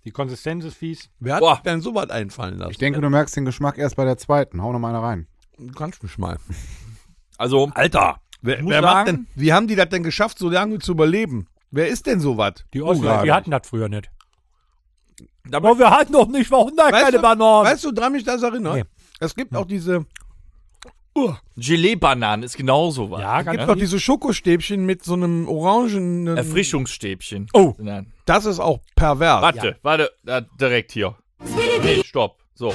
Die Konsistenz ist fies.
Wer hat
Boah.
sich denn so was einfallen lassen?
Ich denke, du merkst den Geschmack erst bei der zweiten. Hau noch mal eine rein.
du kannst mich mal.
also,
Alter, wer,
muss
wer macht
sagen-
denn, wie haben die das denn geschafft, so lange zu überleben? Wer ist denn so was?
Die Osler, die hatten das früher nicht.
Da
Aber wir hatten doch nicht, warum da
Weißt
keine
du-
Bananen?
Weißt du, dran mich das erinnert?
Nee.
Es gibt auch diese,
Gelee-Bananen ist genauso was.
Ja,
gibt
ganz
auch diese Schokostäbchen mit so einem orangen.
Äh, Erfrischungsstäbchen.
Oh.
Nein.
Das ist auch pervers.
Warte, warte, da, direkt hier. Nee, stopp. So.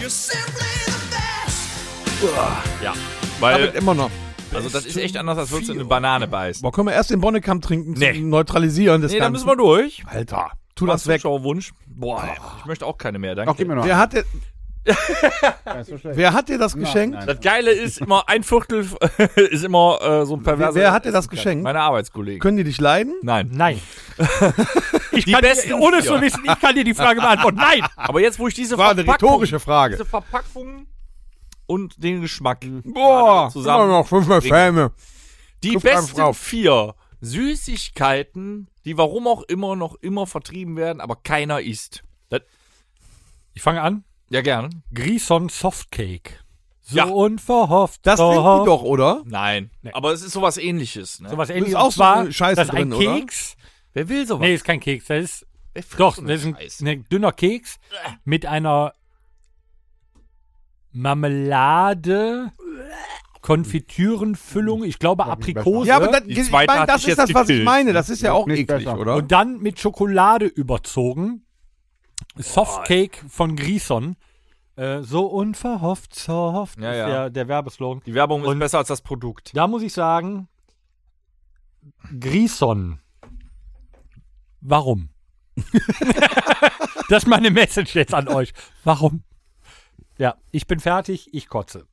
Ja.
Damit
Weil,
immer noch.
also das ist echt anders, als würdest du in eine Banane beißen.
Boah, können wir erst den Bonnekamp trinken
Nee.
zum Neutralisieren des
Nee, da
Ganzen?
müssen wir durch.
Alter, tu
War ein
das weg.
Zuschauerwunsch. Boah, ich möchte auch keine mehr, danke.
Ach, gib mir noch.
Wer hat, dir,
so schlecht.
wer hat dir das geschenkt?
nein.
Das Geile ist immer, ein Viertel ist immer äh, so ein
Wer,
perverser.
wer hat dir das geschenkt?
Meine Arbeitskollegen.
Können die dich leiden?
Nein.
Nein. ich
Die
kann
besten
dir, ohne es
vier.
zu wissen, ich kann dir die Frage beantworten. Nein!
Aber jetzt, wo ich diese
War eine rhetorische Frage.
diese Verpackung und den Geschmack
Boah,
zusammen.
immer noch fünfmal Fäme.
Die
Guck einfach
besten
drauf.
vier Süßigkeiten, die warum auch immer noch immer vertrieben werden, aber keiner isst. Das,
Ich fange an.
ja, gerne.
Grison Softcake. So
Ja.
unverhofft.
Das denken
verhofft.
die doch, oder?
Nein. Aber es ist sowas ähnliches. Ne?
So was ähnliches.
auch
Und
so
zwar,
eine Scheiße
das ist ein
drin, oder?
Keks.
Wer will sowas?
Nee, ist kein Keks. Das ist
Wer frisst
doch
so
das ist ein,
Scheiße?
ein dünner Keks mit einer Marmelade, Konfitürenfüllung, ich glaube Aprikose.
Ja, aber das,
ne? Die
ich
zweite
meine,
hat
das
sich
ist
jetzt
das, was ich
gekillt.
meine. Das ist ja auch
Nicht
eklig,
besser.
oder?
Und dann mit Schokolade überzogen. Softcake von Grison. Äh, so unverhofft, soft
Ja,
ist
ja.
Der, der Werbeslogan.
Die Werbung ist besser als das Produkt.
Da muss ich sagen, Grison. Warum? das ist meine Message jetzt an euch. Warum? Ja, ich bin fertig, ich kotze.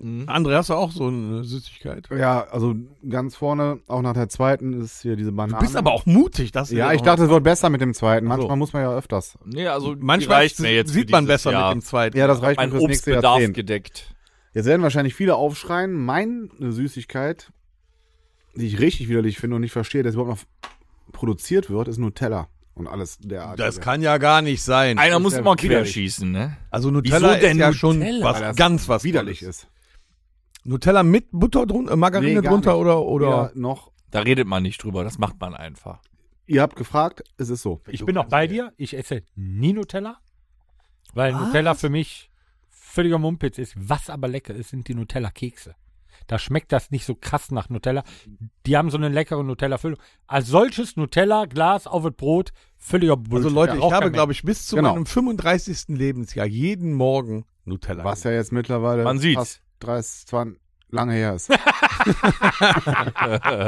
Mhm.
André, hast du auch so eine Süßigkeit?
Ja, also ganz vorne, auch nach der zweiten, ist hier diese Banane.
Du bist aber auch mutig. Das ist
Ja, ich
auch-
dachte, es wird besser mit dem zweiten.
Ach so.
Manchmal muss man ja öfters.
Nee, also die
Manchmal
reicht mir jetzt
sieht
für
man
dieses
besser
Jahr.
mit dem zweiten.
Ja, das reicht mir
Mein
fürs nächste
Obstbedarf
Jahrzehnt.
gedeckt.
Jetzt werden wahrscheinlich viele aufschreien. Meine Süßigkeit, die ich richtig widerlich finde und nicht verstehe, dass überhaupt noch produziert wird, ist Nutella und alles derartige.
Das kann ja gar nicht sein.
Einer
ist
muss
ja
immer
widerlich.
querschießen, ne?
Also Nutella
Wieso
ist
denn
ja
Nutella?
schon
Weil
was
das
ganz was
widerlich
Tolles.
ist.
Nutella mit Butter drunter, äh, Margarine
Nee, gar
drunter
nicht.
oder oder
Weder noch,
Da redet man nicht drüber, das macht man einfach.
ihr habt gefragt, es ist so.
Ich bin noch bei dir, ich esse nie Nutella, weil Nutella für mich völliger Mumpitz ist. Was aber lecker ist, sind die Nutella-Kekse. Da schmeckt das nicht so krass nach Nutella. Die haben so eine leckere Nutella-Füllung. Als solches Nutella, Glas auf das Brot, völliger Bullshit.
Also Leute,
Ja,
ich
auch
habe
kein
glaube ich bis zu
Genau.
meinem 35. Lebensjahr jeden Morgen Nutella.
Was
gegessen.
ja jetzt mittlerweile
Man sieht's.
fast 30, 20 lange her ist.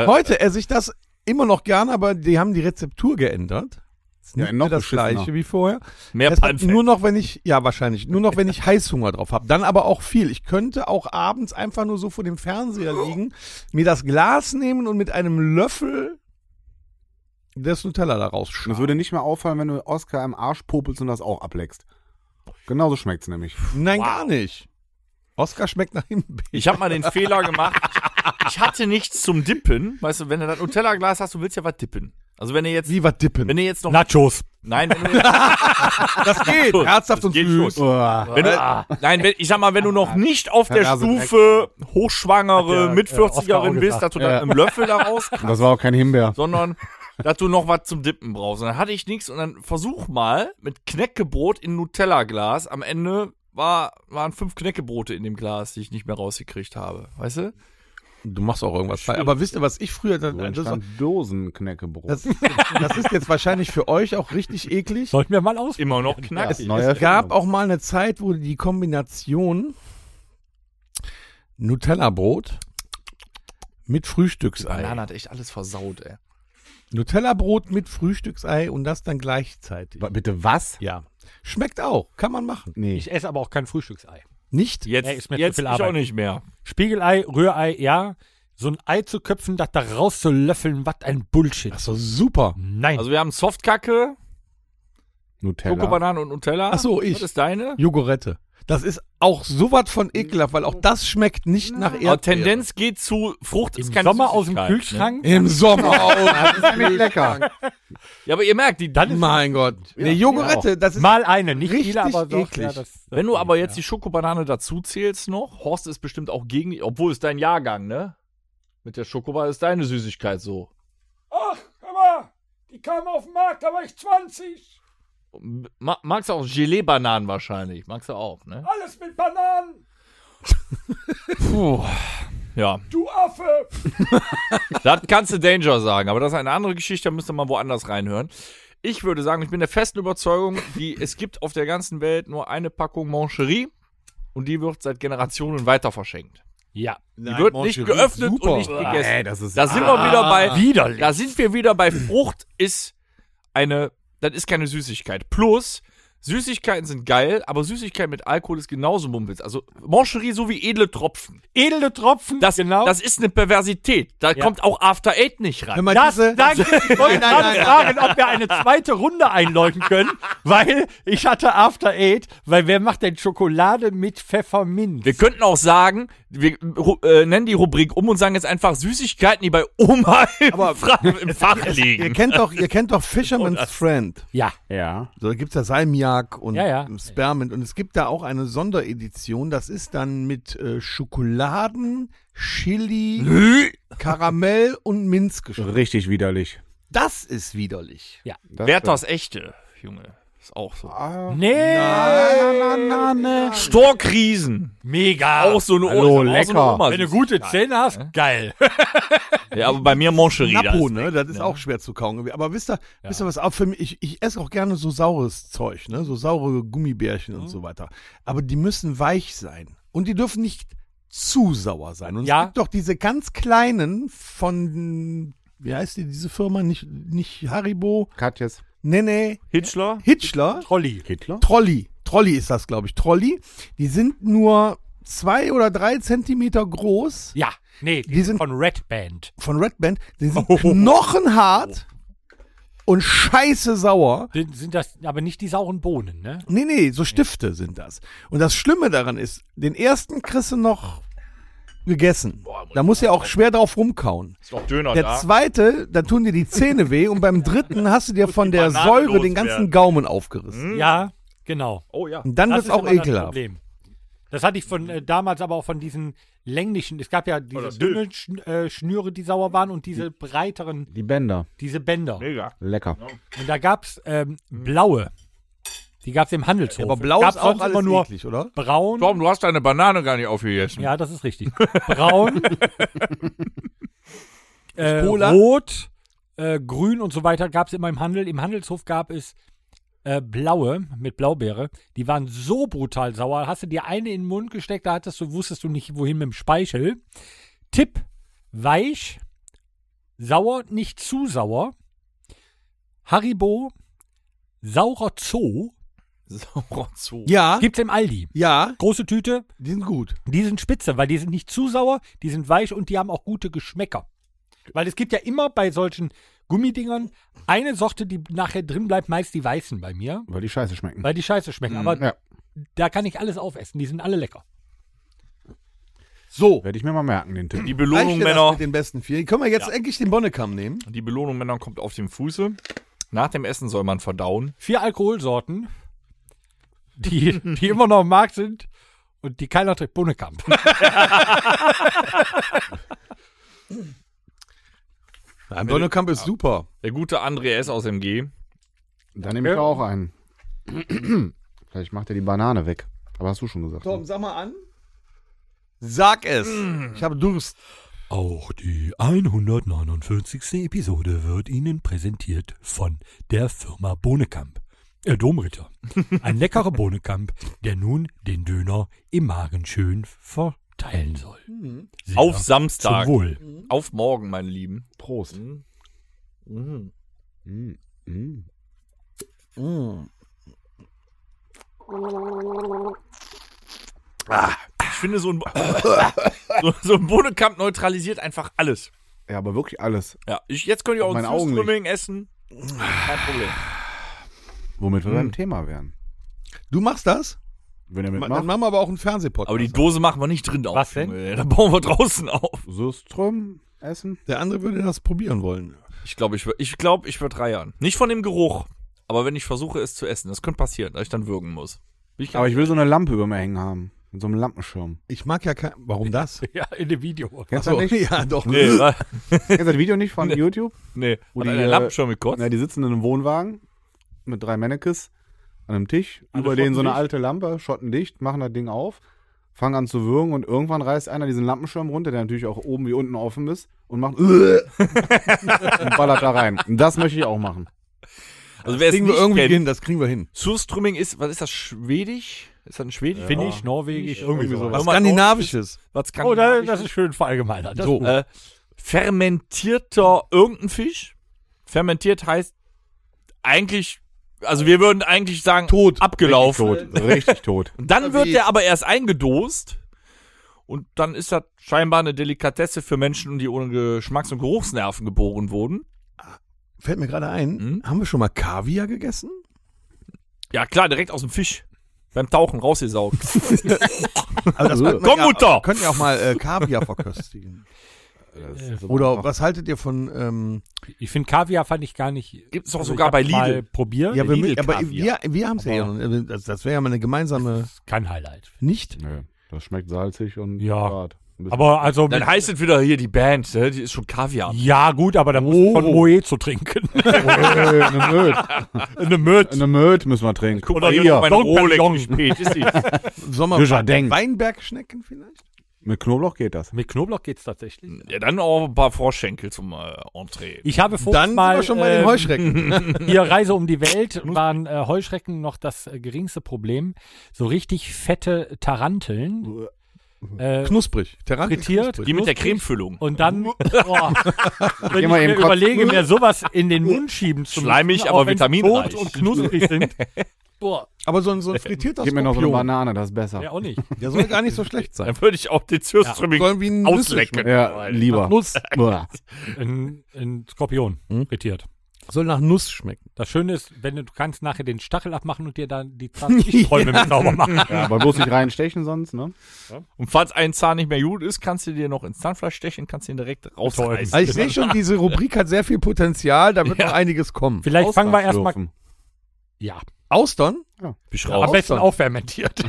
Heute esse ich das immer noch gern, aber die haben die Rezeptur geändert. Ist
Ja,
nicht
noch
mehr das
beschissener.
gleiche wie vorher.
Mehr
Deshalb
Palmfett.
nur noch wenn ich ja wahrscheinlich nur noch wenn ich Heißhunger drauf habe, dann aber auch viel. Ich könnte auch abends einfach nur so vor dem Fernseher liegen, mir das Glas nehmen und mit einem Löffel das Nutella da
Und es
rausschneiden.
würde nicht mehr auffallen, wenn du Oscar im Arsch popelst und das auch ableckst. Genauso schmeckt's nämlich.
Nein, gar nicht. Oscar schmeckt nach Himbeer.
Ich habe mal den Fehler gemacht. Ich hatte nichts zum Dippen. Weißt du, wenn du das Nutella-Glas hast, du willst ja was dippen. Also wenn ihr jetzt,
Wie was dippen.
wenn ihr jetzt noch,
Nachos.
nein, wenn du,
das geht. Herzhaft
Das
und
geht
süß. Oh.
schon. wenn du, nein, wenn, ich sag mal, wenn du noch nicht auf der
Perverse
Stufe Hochschwangere,
Hat der, äh, Oskar auch
Mitvierzigerin bist, dass
gesagt.
du dann im Löffel da rauskriegst,
Und das war auch kein Himbeer.
sondern dass du noch was zum Dippen brauchst. Und dann hatte ich nichts und dann versuch mal mit Knäckebrot in Nutella-Glas. Am Ende war, waren fünf Knäckebrote in dem Glas, die ich nicht mehr rausgekriegt habe. Weißt du?
Du machst auch irgendwas falsch. Aber wisst ihr, was ich früher. Das,
So
das,
entstand Dosenknäckebrot.
das, das ist jetzt wahrscheinlich für euch auch richtig eklig.
Sollten wir mal aus.
Immer noch
Das
knackig.
neue
Es gab
Erfindung.
auch mal eine Zeit, wo die Kombination Nutella-Brot mit Frühstücksei.
hat echt alles versaut, ey.
Nutella-Brot mit Frühstücksei und das dann gleichzeitig.
Wa- Bitte was?
Ja. Schmeckt auch. Kann man machen.
Nee.
Ich esse aber auch kein Frühstücksei.
Nicht?
Jetzt,
Nee, ist mir zu
jetzt
viel
ich
Arbeit.
auch nicht mehr.
Spiegelei, Rührei, ja. So ein Ei zu köpfen, das da rauszulöffeln, was ein Bullshit.
Ach so, super.
Nein.
Also wir haben Softkacke,
Nutella.
Schokobananen und Nutella.
Ach so, ich.
Das ist deine.
Jogurette. Das ist auch so was von ekelhaft, weil auch das schmeckt nicht nach Erdbeere.
Aber Tendenz geht zu Frucht
Im
ist keine ne?
Sommer aus dem
Süßigkeit,
Kühlschrank.
Im Sommer. auch.
Das ist nämlich lecker.
Ne? Ja, aber ihr merkt, die,
Dann ist
Oh mein Gott. Eine Jogurette, das ist
mal eine, nicht
richtig
viele, aber doch.
eklig.
das,
wenn du aber jetzt die Schokobanane dazu zählst noch, Horst ist bestimmt auch gegen die, obwohl es dein Jahrgang, ne? Mit der Schokobanane ist deine Süßigkeit so.
Ach, hör mal, die kamen auf den Markt, da war ich 20.
Ma magst du auch Gelee-Bananen wahrscheinlich. Magst du auch, ne?
Alles mit Bananen,
Puh. Ja,
du Affe.
das kannst du Danger sagen, aber das ist eine andere Geschichte, da müsste man woanders reinhören. Ich würde sagen, ich bin der festen Überzeugung, die, es gibt auf der ganzen Welt nur eine Packung Mancherie und die wird seit Generationen weiter verschenkt.
Ja.
Die wird nicht geöffnet
super.
und nicht gegessen.
Ey, das ist
Da sind wir wieder bei.
Ah. Widerlich.
Da sind wir wieder bei Frucht ist eine. Das ist keine Süßigkeit. Plus, Süßigkeiten sind geil, aber Süßigkeit mit Alkohol ist genauso Mumpitz. Also Mancherie so wie edle Tropfen.
Edle Tropfen,
Das,
genau.
das ist eine Perversität. Da
Ja.
kommt auch After Eight nicht
Wenn
rein.
man
das,
diese,
danke. Ich wollte gerade fragen, ob wir eine zweite Runde einläuten können, weil ich hatte After Eight, weil wer macht denn Schokolade mit Pfefferminz?
Wir könnten auch sagen, wir ru- äh, nennen die Rubrik um und sagen jetzt einfach Süßigkeiten, die bei Oma im, Fra im Fach
ihr
liegen.
kennt doch, ihr kennt doch
Oh,
Fisherman's Friend.
Ja.
Ja.
So, da gibt's ja Salmiak und
Ja, ja.
Spearmint. Und es gibt da auch eine Sonderedition. Das ist dann mit äh, Schokoladen, Chili, Karamell und Minz geschmeckt.
Richtig widerlich.
Das ist widerlich.
Das
Werthers echte, Junge. Ist auch so.
Nee.
Banane.
Storkriesen.
Mega.
Auch so eine,
Hallo,
auch so eine
lecker.
Oma.
Wenn du gute Zähne hast, geil.
Ja, aber bei mir Mancherie. da
Napo,
ist-
ne? Das ist auch schwer zu kauen. irgendwie. Aber wisst ihr, wisst ihr was auch für mich? Ich, ich esse auch gerne so saures Zeug, ne? So saure Gummibärchen und so weiter. Aber die müssen weich sein. Und die dürfen nicht zu sauer sein. Und
Ja.
es gibt doch diese ganz kleinen von, wie heißt die, diese Firma? Nicht, nicht Haribo?
Katjes.
Nee, nee.
Hitchler?
Hitchler.
Trolli.
Hitler?
Trolli. Trolli ist das, glaube ich. Trolli. Die sind nur zwei oder drei Zentimeter groß
Ja. Nee,
Die sind-
von Red Band.
von Red Band. Die sind knochenhart und scheiße sauer.
Sind, sind das aber nicht die sauren Bohnen, ne?
Nee, nee, so Stifte sind das. Und das Schlimme daran ist, den ersten kriegst du noch gegessen. Da muss ja auch schwer drauf rumkauen.
Ist doch Döner
Der zweite, da tun dir die Zähne weh und beim dritten hast du dir von der
Banane
Säure den
loswerden.
ganzen Gaumen aufgerissen.
Ja, genau.
Oh ja.
Und dann
Hm? das
wird's auch
immer das
ekelhaft.
Problem. Das hatte ich von äh, damals aber auch von diesen länglichen, es gab ja diese dünnen Schn äh, Schnüre, die sauer waren und diese breiteren,
Die Bänder.
diese Bänder.
Mega.
Lecker.
Und da gab es ähm, blaue. Die gab es im Handelshof.
Aber blau
Gab's
ist auch
sonst immer
alles
nur
eklig, oder?
braun.
Tom, du hast deine Banane gar nicht aufgegessen.
Ja, das ist richtig. Braun, äh,
Cola.
rot, äh, grün und so weiter gab es immer im Handel. Im Handelshof gab es äh, blaue mit Blaubeere. Die waren so brutal sauer. Hast du dir eine in den Mund gesteckt, da hattest du, wusstest du nicht, wohin mit dem Speichel. Tipp, weich, sauer, nicht zu sauer. Haribo, saurer Zoo,
Saurer zu.
Ja,
gibt's im Aldi.
ja,
Große Tüte,
die sind gut.
die sind spitze, weil die sind nicht zu sauer, die sind weich und die haben auch gute Geschmäcker. Weil es gibt ja immer bei solchen Gummidingern eine Sorte, die nachher drin bleibt, meist die weißen bei mir,
Weil die scheiße schmecken.
weil die scheiße schmecken. Aber
Ja.
da kann ich alles aufessen, die sind alle lecker.
So,
Werde ich mir mal merken, den Tipp.
Die
reicht
Belohnung,
dir das
Männer.
mit den besten vier. Können wir jetzt endlich den Bonnekamm nehmen?
Die Belohnung, Männer, kommt auf den Fuße. Nach dem Essen soll man verdauen.
Vier Alkoholsorten, die, die immer noch im Markt sind und die keiner trägt. Bohnekamp.
Ein Bonnekamm ist super.
Der gute André S. aus MG.
Dann nehme ich auch einen. Vielleicht macht er die Banane weg. ne? Aber hast du schon gesagt.
Mm.
sag mal an. Sag es. Ich habe Durst.
Auch die 149. Episode wird Ihnen präsentiert von der Firma Bohnekamp. Äh, Domritter. Ein leckerer Bohnekamp, der nun den Döner im Magen schön verteilen soll.
Mhm.
Sehr
Auf Samstag.
Zum Wohl.
Auf morgen, meine Lieben. Mhm.
Prost. Mm, mm.
Ich finde, so ein, so, so ein Bohnenkamp neutralisiert einfach alles.
Ja, aber wirklich alles.
Ja, ich, jetzt könnte ich auch
Mein
einen
Augenlicht.
Fußstrümming essen. Kein Problem.
Womit wir beim Thema wären.
Du machst das?
Wenn ihr
Ma- Dann
mitmacht,
machen wir aber auch einen Fernsehpodcast.
Aber die Dose machen wir nicht drin auf.
Was denn?
Junge. Da bauen wir draußen auf.
Systrum essen.
der andere würde das probieren wollen.
Ich glaube, ich, wür- ich, glaub, ich würde drei Jahren. Nicht von dem Geruch, aber wenn ich versuche, es zu essen. Das könnte passieren, dass ich dann würgen muss. Bin ich
Aber ich will so eine Lampe über mir hängen haben. Mit so einem Lampenschirm.
Ich mag ja kein. Warum das?
Ja, in dem Video.
Kennst du
Achso,
das nicht?
ja, doch.
nee, wa-
Kennst du das Video nicht von YouTube?
nee.
Wo
Hat
die,
einer
äh,
Lampenschirm gekotzt?
Na, die sitzen in einem Wohnwagen mit drei Mannequins an einem Tisch,
Alle
über denen so eine
schottendicht?
alte Lampe, schottendicht, machen das Ding auf, fangen an zu würgen und irgendwann reißt einer diesen Lampenschirm runter, der natürlich auch oben wie unten offen ist und macht und ballert da rein. Und das möchte ich auch machen.
Also wer es
kriegen wir
nicht
irgendwie
kennt,
hin, das kriegen wir hin.
Surströmming ist, was ist das, schwedisch? Ist das ein schwedisch?
Finnisch, Norwegisch, irgendwie sowas.
Was
Nummer
Skandinavisches.
Was kann
Oh, da, das ist Oh. schön verallgemeinert. Das ist
So.
gut.
äh, fermentierter irgendein Fisch. Fermentiert heißt eigentlich, also wir würden eigentlich sagen,
Tot.
abgelaufen.
Tot, richtig tot.
Und dann wird
Wie-
der aber erst eingedost. Und dann ist das scheinbar eine Delikatesse für Menschen, die ohne Geschmacks- und Geruchsnerven geboren wurden.
Fällt mir gerade ein,
Mhm.
haben wir schon mal Kaviar gegessen?
Ja, klar, direkt aus dem Fisch. Beim Tauchen rausgesaugt.
Also das könnte man
Komm,
ja,
Mutter!
Könnt ihr auch mal äh, Kaviar verköstigen. Oder was haltet ihr von. Ähm,
Ich finde, Kaviar fand ich gar nicht.
Gibt es doch
Also,
sogar
ich
bei
hab's Mal
Lidl.
probiert.
ja, wir,
Lidl
mit- aber wir,
Kaviar.
wir haben es ja. noch- äh, Das, das wäre ja mal eine gemeinsame.
Kein Highlight.
Nicht?
Nö, das schmeckt salzig und
Ja.
hart. Ein bisschen-
Aber also.
Dann
mit-
heißt es wieder hier die Band, ne? die ist schon Kaviar.
ja, gut, aber dann muss von
Oh.
Moet zu trinken.
Äh, eine Möd.
Eine Möte.
Eine Möd müssen wir trinken.
Guck mal, hier
Hier,
noch meine
Don
Rolex
Perignon.
gespielt. Ist die.
Sommer.
Fischer denkt.
Weinbergschnecken vielleicht?
mit Knoblauch geht das.
Mit Knoblauch geht's tatsächlich.
Ja, dann auch ein paar Froschschenkel zum äh, Entree.
Ich habe vorhin
Dann sind
mal
wir schon bei den
ähm,
Heuschrecken.
Ihre Reise um die Welt waren äh, Heuschrecken noch das äh, geringste Problem. So richtig fette Taranteln. Äh,
Knusprig. Terrasse
Frittiert.
Die
knusprig.
mit der Cremefüllung.
und dann, boah, wenn ich
mal
mir
eben kurz-
überlege, mir sowas in den Mund schieben zu
Schleimig,
müssen,
aber
auch wenn sie
vitaminreich.
tot und knusprig sind. Boah,
Aber so ein, so ein frittierter
Äh, Gib mir noch so eine
Skorpion.
Banane, das ist besser.
ja auch nicht.
Der soll gar nicht so schlecht sein.
Dann würde ich auch den Zürströmming
Sollen wie ein
auslecken.
Ja, lieber.
Nuss.
Boah.
Ein, ein Skorpion
Hm?
frittiert.
Nuss- Soll nach Nuss schmecken.
Das Schöne ist, wenn du, du kannst nachher den Stachel abmachen und dir dann die Zahnräume mit sauber machen.
Ja, aber bloß nicht reinstechen sonst, ne?
Und falls ein Zahn nicht mehr gut ist, kannst du dir noch ins Zahnfleisch stechen, kannst ihn direkt rausreißen.
Also ich sehe schon, diese Rubrik hat sehr viel Potenzial, da wird noch einiges kommen.
Vielleicht fangen wir erstmal.
Dürfen.
Ja,
Austern?
Bisch
am
raus.
besten
Austern.
auch fermentiert.